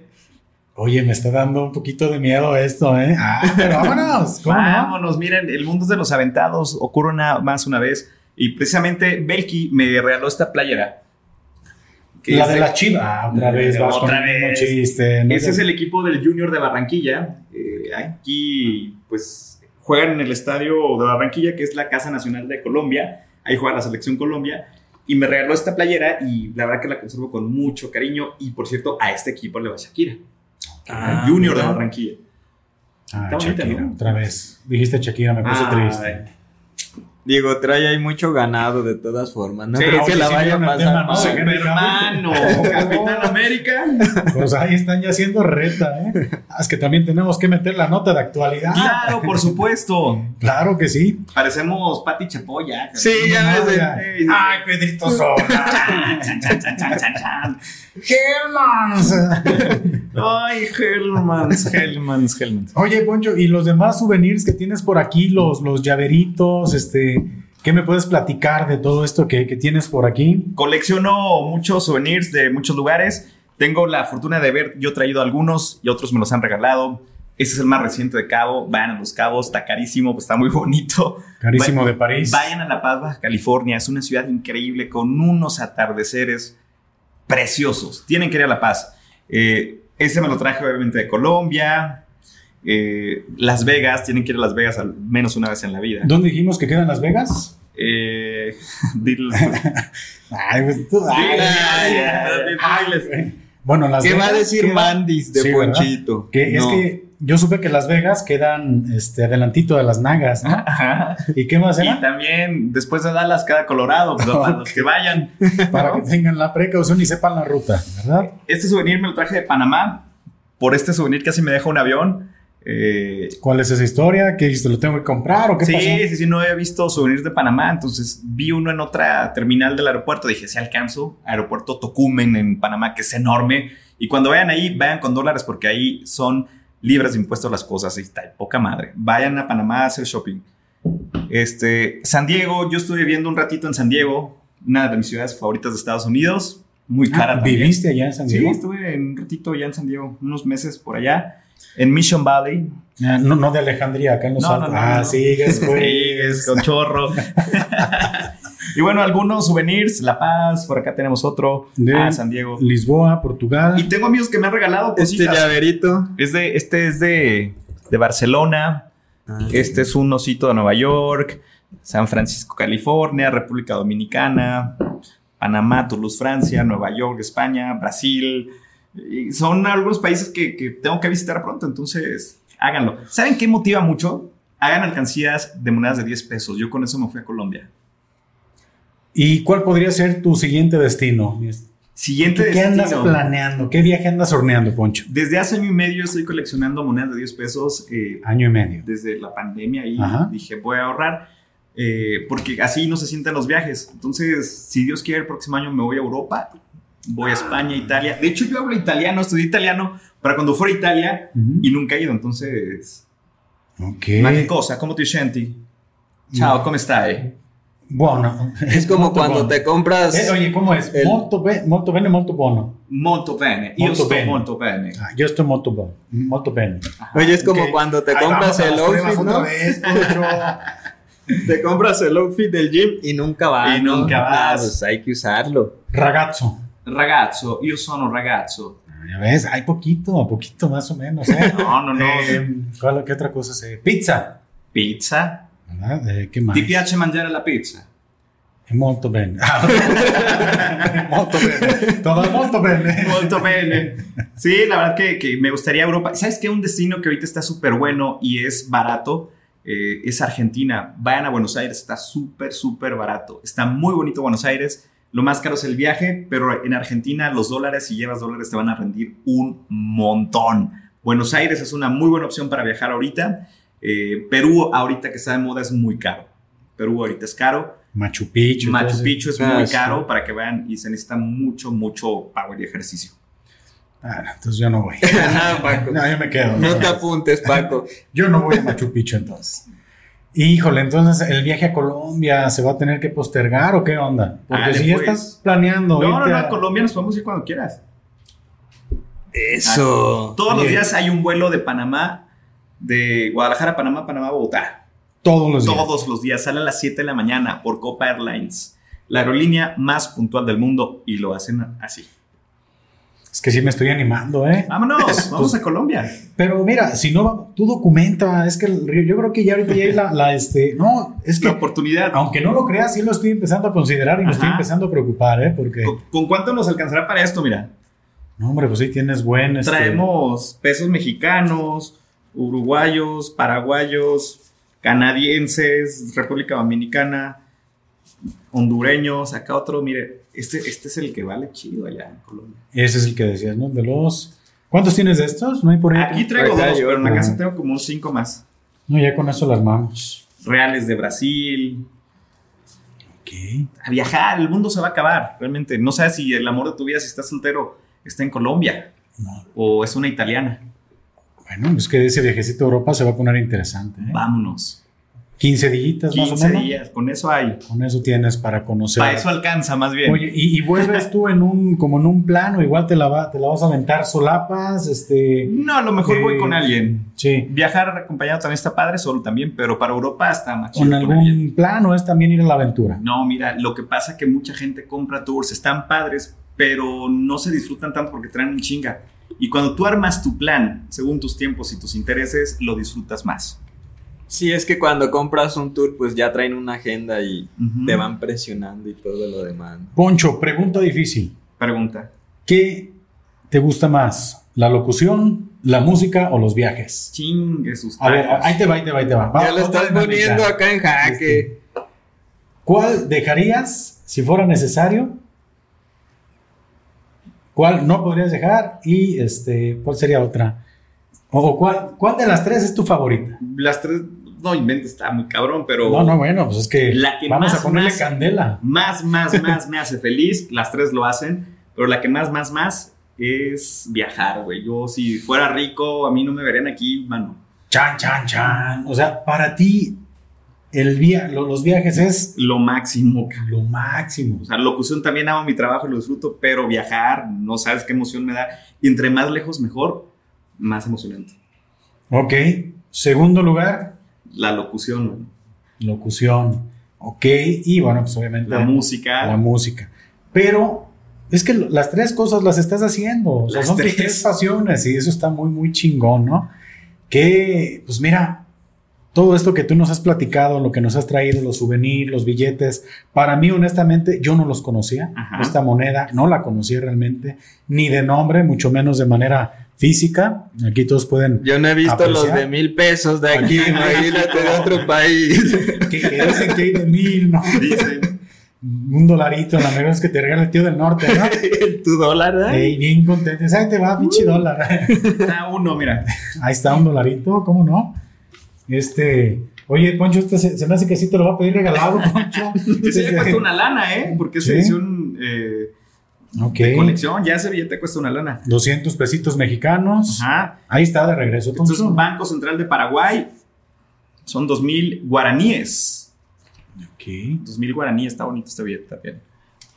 Oye, me está dando un poquito de miedo esto, ¿eh? Ah, pero vámonos. ¿Cómo no? Vámonos, miren, el mundo es de los aventados, ocurre una, más una vez y precisamente Belki me regaló esta playera. Que La es de la chiva. Ah, otra vez, vas Otra con el mismo vez. chiste. ¿no? Ese es el equipo del Junior de Barranquilla. Eh, aquí, pues, juegan en el estadio de Barranquilla, que es la Casa Nacional de Colombia. Ahí juega la Selección Colombia. Y me regaló esta playera y la verdad que la conservo con mucho cariño. Y por cierto, a este equipo le va Shakira, Ah, al Junior mira. de Barranquilla. Ah, Está bonita, Shakira, ¿no? otra vez. Dijiste Shakira, me puse Ay. triste. Digo, trae ahí mucho ganado de todas formas. No Sí, creo que oye, la sí, vaya a viene el pasar. tema, ¿no? mal. Sí. Supermano, Capitán América. Pues ahí están ya haciendo reta, ¿eh? Ah, Es que también tenemos que meter la nota de actualidad. Claro, por supuesto. Claro que sí. Parecemos Pati Chapoya. Sí, ya No, ves. ya. eh, Ey, Ay, Pedrito Sola. Chan, chan, chan, chan, chan, chan. Germans. Ay, Hellmans, Hellmans, Hellmans. Oye, Poncho, ¿y los demás souvenirs que tienes por aquí? Los, los llaveritos, este. ¿Qué me puedes platicar de todo esto que, que tienes por aquí? colecciono muchos souvenirs de muchos lugares. Tengo la fortuna de haber yo traído algunos y otros me los han regalado. Este es el más reciente de Cabo. Vayan a los Cabos, está carísimo, pues está muy bonito. Carísimo de París. Vayan a La Paz, Baja California. Es una ciudad increíble con unos atardeceres preciosos. Tienen que ir a La Paz. Eh, ese me lo traje obviamente de Colombia. Eh, Las Vegas, tienen que ir a Las Vegas al menos una vez en la vida. ¿Dónde dijimos que quedan Las Vegas? Eh, diles- Ay, pues, tú- ay, Diles- ay, ay, diles- güey. Bueno, Las ¿Qué va Vegas a decir queda- Mandis de Sí, ¿verdad? Ponchito? Que es No. que yo supe que Las Vegas quedan este, adelantito de las nagas. ¿no? Ajá. ¿Y qué más Y era? también después de Dallas queda Colorado, pues, para los que vayan. Para que tengan la precaución y sepan la ruta, ¿verdad? Este souvenir me lo traje de Panamá. Por este souvenir casi me deja un avión. Eh, ¿Cuál es esa historia? ¿Qué dijiste? ¿Lo tengo que comprar o qué sí, pasó? sí, sí, no había visto souvenirs de Panamá. Entonces vi uno en otra terminal del aeropuerto. Dije, si alcanzo, aeropuerto Tocumen en Panamá, que es enorme. Y cuando vayan ahí, vayan con dólares porque ahí son libres de impuestos las cosas. Y está de poca madre. Vayan a Panamá a hacer shopping. Este, San Diego, yo estuve viviendo un ratito en San Diego, una de mis ciudades favoritas de Estados Unidos. Muy Ah, cara también. ¿Viviste allá en San Sí, Diego? estuve en un ratito allá en San Diego, unos meses por allá, en Mission Valley. Ah, no, no de Alejandría, acá en los No, no, Altos. no, ah, no. sí, es güey. Sí, es con chorro. y bueno, algunos souvenirs, La Paz, por acá tenemos otro, De- ah, San Diego. Lisboa, Portugal. Y tengo amigos que me han regalado Este cositas. llaverito. Es de- este es de, de Barcelona, Ah, este es un osito de Nueva York, San Francisco, California, República Dominicana, Panamá, Toulouse, Francia, Nueva York, España, Brasil. Y son algunos países que, que tengo que visitar pronto, entonces háganlo. ¿Saben qué motiva mucho? Hagan alcancías de monedas de 10 pesos. Yo con eso me fui a Colombia. ¿Y cuál podría ser tu siguiente destino? Siguiente ¿Qué andas destino. planeando? ¿Qué viaje andas horneando, Poncho? Desde hace año y medio estoy coleccionando monedas de 10 pesos. eh, Año y medio. desde la pandemia y Ajá. dije voy a ahorrar eh, porque así no se sientan los viajes. Entonces, si Dios quiere, el próximo año me voy a Europa, voy a España, Italia. De hecho, yo hablo italiano, estudié italiano para cuando fuera a Italia Ujú. y nunca he ido. Entonces, Ok. ma cosa, ¿cómo te sientes? Ciao, ¿cómo estás? Bueno. Es como Molto cuando bono. te compras. Eh, oye, ¿cómo es? El- Molto, be- molto bene, molto bono. Molto bene, io Molto sto bene. molto bene. Ah, yo estoy molto bono. Molto bene. Oye, es como Ok. cuando te Ahí compras vamos a el las pruebas outfit, otra ¿no? vez, Poncho. Te compras el outfit del gym y nunca vas. Y nunca vas. Pues hay que usarlo. Ragazzo. Ah, Ragazzo, io sono ragazzo. Ya ves, hay poquito, a poquito más o menos. ¿eh? No, no, no. Eh, ¿cuál- ¿Qué otra cosa se.? Pizza. Pizza? ¿verdad? Eh, ¿Qué más? Ti piace mangiare la pizza? Molto bene. molto bene. Todo molto bene. Molto bene. Sí, la verdad que, que me gustaría Europa. ¿Sabes qué? Un destino que ahorita está súper bueno y es barato eh, es Argentina. Vayan a Buenos Aires, está súper, súper barato. Está muy bonito Buenos Aires. Lo más caro es el viaje, pero en Argentina los dólares, si llevas dólares, te van a rendir un montón. Buenos Aires es una muy buena opción para viajar ahorita. Eh, Perú, ahorita que está de moda, es muy caro. Perú ahorita es caro. Machu Picchu. Machu entonces, Picchu es Ah, muy sí. caro para que vayan y se necesita mucho, mucho power y ejercicio. Ah, no, entonces yo no voy. Nada, Paco. No, yo me quedo. No te apuntes, Paco. Yo no voy a Machu Picchu entonces. Híjole, entonces el viaje a Colombia se va a tener que postergar o qué onda? Porque Dale, si ya pues. estás planeando. No, no, irte no, a- a Colombia nos podemos ir cuando quieras. Eso. Todos los Bien. días hay un vuelo de Panamá, de Guadalajara, a Panamá, Panamá, a Bogotá. Todos los días. Todos los días, sale a las 7 de la mañana por Copa Airlines, la aerolínea más puntual del mundo, y lo hacen así. Es que sí me estoy animando, ¿eh? Vámonos, vamos a Colombia. Pero mira, si no, va- tú documenta. Es que el río- yo creo que ya ahorita ya hay la, la, este. No, es La que oportunidad. aunque no lo creas, sí lo estoy empezando a considerar y me Ajá. estoy empezando a preocupar, ¿eh? Porque, ¿Con, con cuánto nos alcanzará para esto? Mira, no, hombre, pues sí tienes buen. este, traemos pesos mexicanos, uruguayos, paraguayos, canadienses, República Dominicana, hondureños, acá otro, mire, este, este es el que vale chido allá en Colombia. Ese es el que decías, ¿no? De los. ¿Cuántos tienes de estos? No hay por ahí. Aquí traigo Acá dos, yo, pero en la ajá. casa tengo como unos cinco más. No, ya con eso lo armamos. Reales de Brasil. Ok. A viajar, el mundo se va a acabar, realmente. No sabes si el amor de tu vida, si estás soltero, está en Colombia No. o es una italiana. Bueno, es que ese viajecito a Europa se va a poner interesante. ¿eh? Vámonos. 15 días más o 15 menos. días, con eso hay. Con eso tienes para conocer. Para eso alcanza, más bien. Oye, y, y vuelves tú en un, como en un plano, igual te la, va- te la vas a aventar solapas, este. No, a lo mejor eh, voy con alguien. Sí. Viajar acompañado también está padre, solo también, pero para Europa está más chido Con con alguien. algún plano es también ir a la aventura. No, mira, lo que pasa es que mucha gente compra tours, están padres, pero no se disfrutan tanto porque traen un chinga. Y cuando tú armas tu plan según tus tiempos y tus intereses, lo disfrutas más. Sí, es que cuando compras un tour, pues ya traen una agenda y Ujú. te van presionando y todo lo demás. Poncho, pregunta difícil. Pregunta. ¿Qué te gusta más? ¿La locución, la música o los viajes? Chingue sus A ver, tacos. ahí te va, ahí te va, ahí te va. ya lo Vamos, estás vamos, poniendo Mónica. acá en jaque. Este, ¿Cuál dejarías si fuera necesario? ¿Cuál no podrías dejar? Y este, ¿cuál sería otra? O- ¿O cuál, cuál de las tres es tu favorita? Las tres, no inventes, está muy cabrón, pero No, no, bueno, pues es que, La que vamos más, a ponerle más- candela. más, más, más me hace feliz. Las tres lo hacen, pero la que más, más, más es viajar, güey. Yo, si fuera rico, a mí no me verían aquí, mano. Chan, chan, chan. O sea, para ti, el via lo- los viajes es Lo máximo, cabrón. lo máximo. O sea, locución también amo mi trabajo, y lo disfruto, pero viajar, no sabes qué emoción me da. Y entre más lejos, mejor, más emocionante. Ok. Segundo lugar, La locución, man. locución. Ok. Y bueno, pues obviamente la música. la música. Pero es que lo- las tres cosas las estás haciendo. O sea, Las son tus tres. tres pasiones y eso está muy, muy chingón, ¿no? Que, pues mira, todo esto que tú nos has platicado, lo que nos has traído, los souvenirs, los billetes, para mí, honestamente, yo no los conocía. Ajá. Esta moneda no la conocía realmente, ni de nombre, mucho menos de manera física. Aquí todos pueden. Yo no he visto Apreciar. los de mil pesos de aquí, Aquí, imagínate de otro país. que que dicen que hay de mil, ¿no? Dicen, Un dolarito, la mejor es que te regala el tío del norte, ¿no? tu dólar, ¿eh? Ey, bien contento. Ahí te va, pinche dólar. está Ah, uno, mira. Ahí está un dolarito, ¿cómo no? Este, oye, Poncho, este se, se me hace que sí te lo va a pedir regalado, Poncho. Ese ya Este, cuesta una lana, ¿eh? Porque es Sí. edición eh, Ok, de colección, ya ese billete cuesta una lana. 200 pesitos mexicanos. Ajá. Ahí está de regreso, Entonces, Poncho. Banco Central de Paraguay son 2000 guaraníes. Ok. 2000 guaraníes, está bonito este billete también.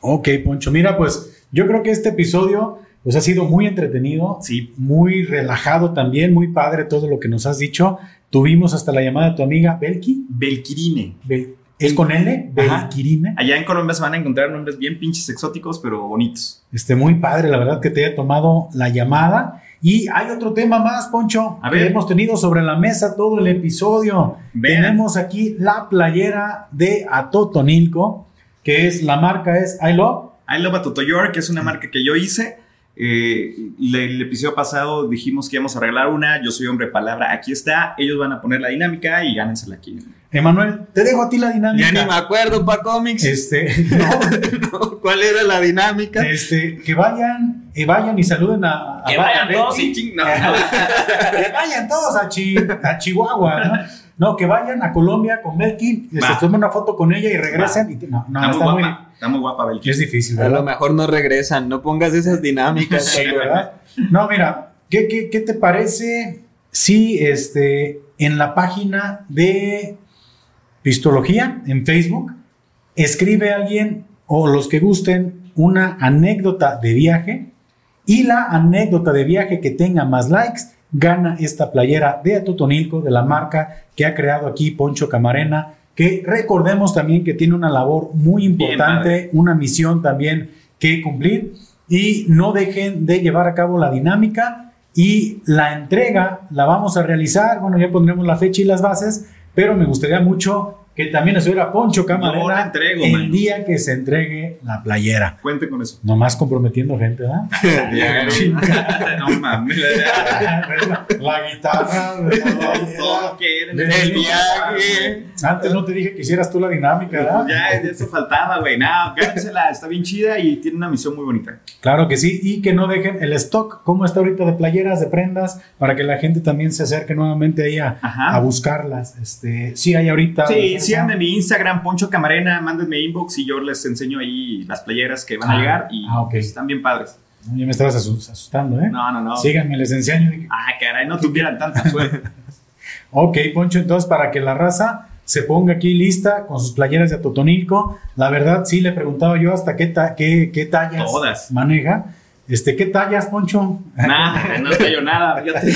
Ok, Poncho, mira, pues yo creo que este episodio Pues ha sido muy entretenido, Sí, muy relajado también, muy padre todo lo que nos has dicho. Tuvimos hasta la llamada de tu amiga Belki. Belquirine. Bel- ¿Es con L? Ajá. Belkirine. Allá en Colombia se van a encontrar nombres bien pinches exóticos, pero bonitos. Este, muy padre, la verdad, que te haya tomado la llamada. Y hay otro tema más, Poncho, A que ver. hemos tenido sobre la mesa todo el episodio. Vean, Tenemos aquí la playera de Atotonilco, que es la marca es I Love. I Love a Totoyor, que es una marca que yo hice. Eh, le- el episodio pasado dijimos que íbamos a arreglar una. Yo soy hombre palabra. Aquí está. Ellos van a poner la dinámica y gánensela aquí. Emanuel, te dejo a ti la Ya dinámica. ni me acuerdo, pa' cómics. Este, no, ¿Cuál era la dinámica? este, que vayan, que vayan y saluden a, a Que vayan Betty. todos y ching- no, no. que vayan todos a, Chi- a Chihuahua, ¿no? No, que vayan a Colombia con Belkin, Va. les tomen una foto con ella y regresen. y te- no, no, está, está muy muy, guapa. Está muy guapa, Belki. es difícil, A ¿verdad? lo mejor no regresan, no pongas esas dinámicas. Sí, Paco. ¿verdad? No, mira, ¿qué, qué, qué te parece si este, en la página de Pistología, en Facebook, escribe alguien o los que gusten una anécdota de viaje y la anécdota de viaje que tenga más likes gana esta playera de Atotonilco de la marca que ha creado aquí Poncho Camarena, que recordemos también que tiene una labor muy Bien, importante, una misión también que cumplir y no dejen de llevar a cabo la dinámica y la entrega la vamos a realizar, bueno ya pondremos la fecha y las bases, pero me gustaría mucho que también estuviera Poncho Yo la Camarena entrego, el mano. día que se entregue la playera. Cuente con eso. Nomás comprometiendo gente, ¿verdad? no mames. la guitarra. la Todo quieren. Del Todo viaje. Antes no te dije que hicieras tú la dinámica, Pues ¿verdad? Ya, eso faltaba, güey. No, gánensela, está bien chida y tiene una misión muy bonita. Claro que sí, y que no dejen el stock, como está ahorita de playeras, de prendas, para que la gente también se acerque nuevamente ahí a, a Ajá. buscarlas. Este, sí, hay ahorita. Sí, ¿verdad? síganme en mi Instagram, Poncho Camarena, mándenme inbox y yo les enseño ahí las playeras que van Ah, a llegar y ah, ok. están bien padres. No, Ya me estabas asus- asustando, ¿eh? No, no, no. Síganme, les enseño. Ah, caray, no tuvieran tanta suerte. Ok, Poncho, entonces para que la raza se ponga aquí lista con sus playeras de Atotonilco, la verdad sí le preguntaba yo hasta qué, ta- qué, qué tallas Todas. maneja. Este, ¿qué tallas, Poncho? Nada, no cayó nada. fíjate.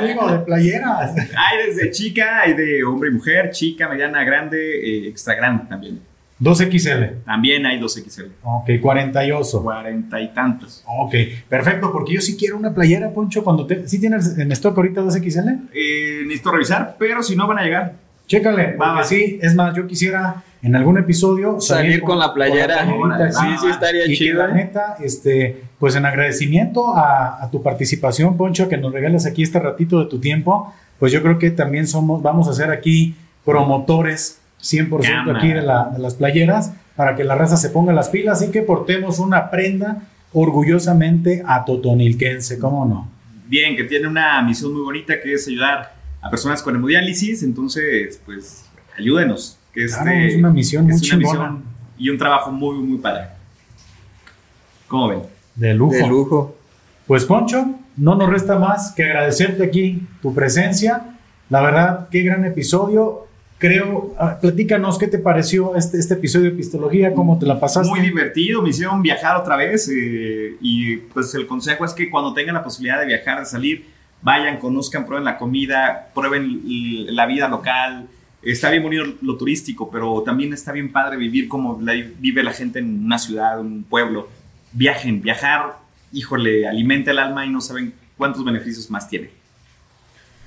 No digo de playeras. Hay desde chica, hay de hombre y mujer, chica, mediana, grande, eh, extra grande también. 2XL. También hay 2XL. Ok, 48. Cuarenta y tantos. Ok, perfecto, porque yo sí quiero una playera, Poncho, cuando te... ¿Sí tienes en stock ahorita 2XL? Eh, necesito revisar, pero si no van a llegar. Chécale, Va, va. porque sí, es más, yo quisiera en algún episodio Salir con la playera. playerita, Órale, sí, Sí, sí, estaría ah, Y que chido. ¿eh? la neta, este, pues en agradecimiento a, a tu participación, Poncho, que nos regalas aquí este ratito de tu tiempo, pues yo creo que también somos, vamos a ser aquí promotores 100% Cámara. aquí de, la- de las playeras para que la raza se ponga las pilas y que portemos una prenda orgullosamente a Totonilquense, ¿cómo no? bien, que tiene una misión muy bonita que es ayudar a personas con hemodiálisis, entonces, pues, ayúdenos. Que Claro, este, es una misión muy es una chingona. misión y un trabajo muy, muy padre. ¿Cómo ven? De lujo. De lujo. Pues Poncho, no nos resta más que agradecerte aquí tu presencia. La verdad, qué gran episodio. Creo, ah, platícanos qué te pareció este, este episodio de Epistología, cómo te la pasaste. Muy divertido, me hicieron viajar otra vez eh, y pues el consejo es que cuando tengan la posibilidad de viajar, de salir, vayan, conozcan, prueben la comida, prueben l- la vida local. Está bien bonito lo turístico, pero también está bien padre vivir como la- vive la gente en una ciudad, un pueblo. Viajen, viajar, híjole, alimenta el alma y no saben cuántos beneficios más tiene.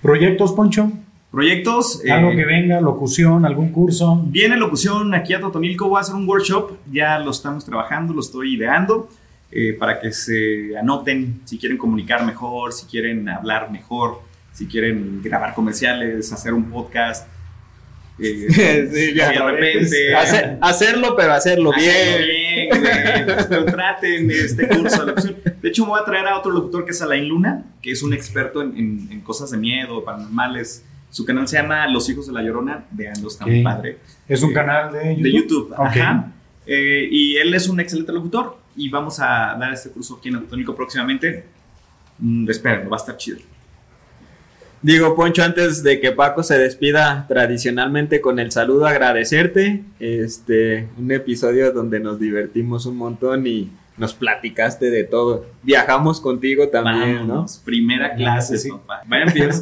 Proyectos, Poncho, Proyectos. eh, algo que venga, locución, algún curso. Viene locución aquí a Totonilco, voy a hacer un workshop, ya lo estamos trabajando, lo estoy ideando, eh, para que se anoten si quieren comunicar mejor, si quieren hablar mejor, si quieren grabar comerciales, hacer un podcast. eh, Sí, ya. si de repente... Hace- hacerlo, pero hacerlo hacerlo bien. bien, güey, pues, contraten este curso de locución. De hecho, me voy a traer a otro locutor que es Alain Luna, que es un experto en, en- en cosas de miedo, paranormales. Su canal se llama Los Hijos de la Llorona, veanlo, está muy Ok. padre Es un Eh, canal de YouTube. de YouTube. Ok. Ajá. Eh, y él es un excelente locutor y vamos a dar este curso aquí en Atotónico próximamente. Mm, espérenlo, va a estar chido. Digo, Poncho, antes de que Paco se despida tradicionalmente con el saludo, agradecerte. Este, un episodio donde nos divertimos un montón y nos platicaste de todo. Viajamos contigo también, ¿no? Vámonos, Primera clase, Sí. papá. Vayan a pedir su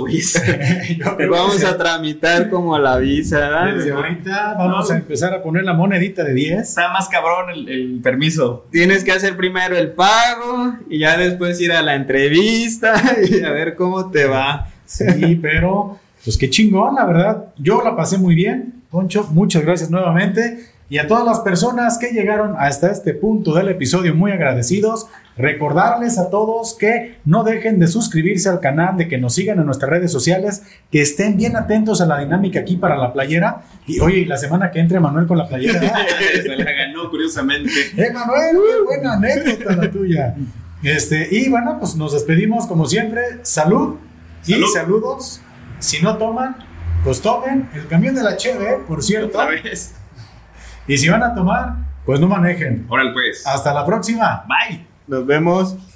güey. Vamos a tramitar como la visa, ¿verdad? Desde ahorita vamos a empezar a poner la monedita de 10. Está más cabrón el, el permiso. Tienes que hacer primero el pago y ya después ir a la entrevista y a ver cómo te va. Sí, pero pues qué chingón, la verdad. Yo la pasé muy bien. Poncho, muchas gracias nuevamente. Y a todas las personas que llegaron hasta este punto del episodio, muy agradecidos. Recordarles a todos que no dejen de suscribirse al canal, de que nos sigan en nuestras redes sociales, que estén bien atentos a la dinámica aquí para la playera. Y oye, y la semana que entre Manuel con la playera. ¿eh? Se la ganó, curiosamente. Eh, Manuel, qué buena anécdota la tuya. Este, y bueno, pues nos despedimos como siempre. Salud y Salud. saludos. Si no toman, pues tomen. El camión de la cheve, por cierto. Otra vez. Y si van a tomar, pues no manejen. Órale, pues. Hasta la próxima. Bye. Nos vemos.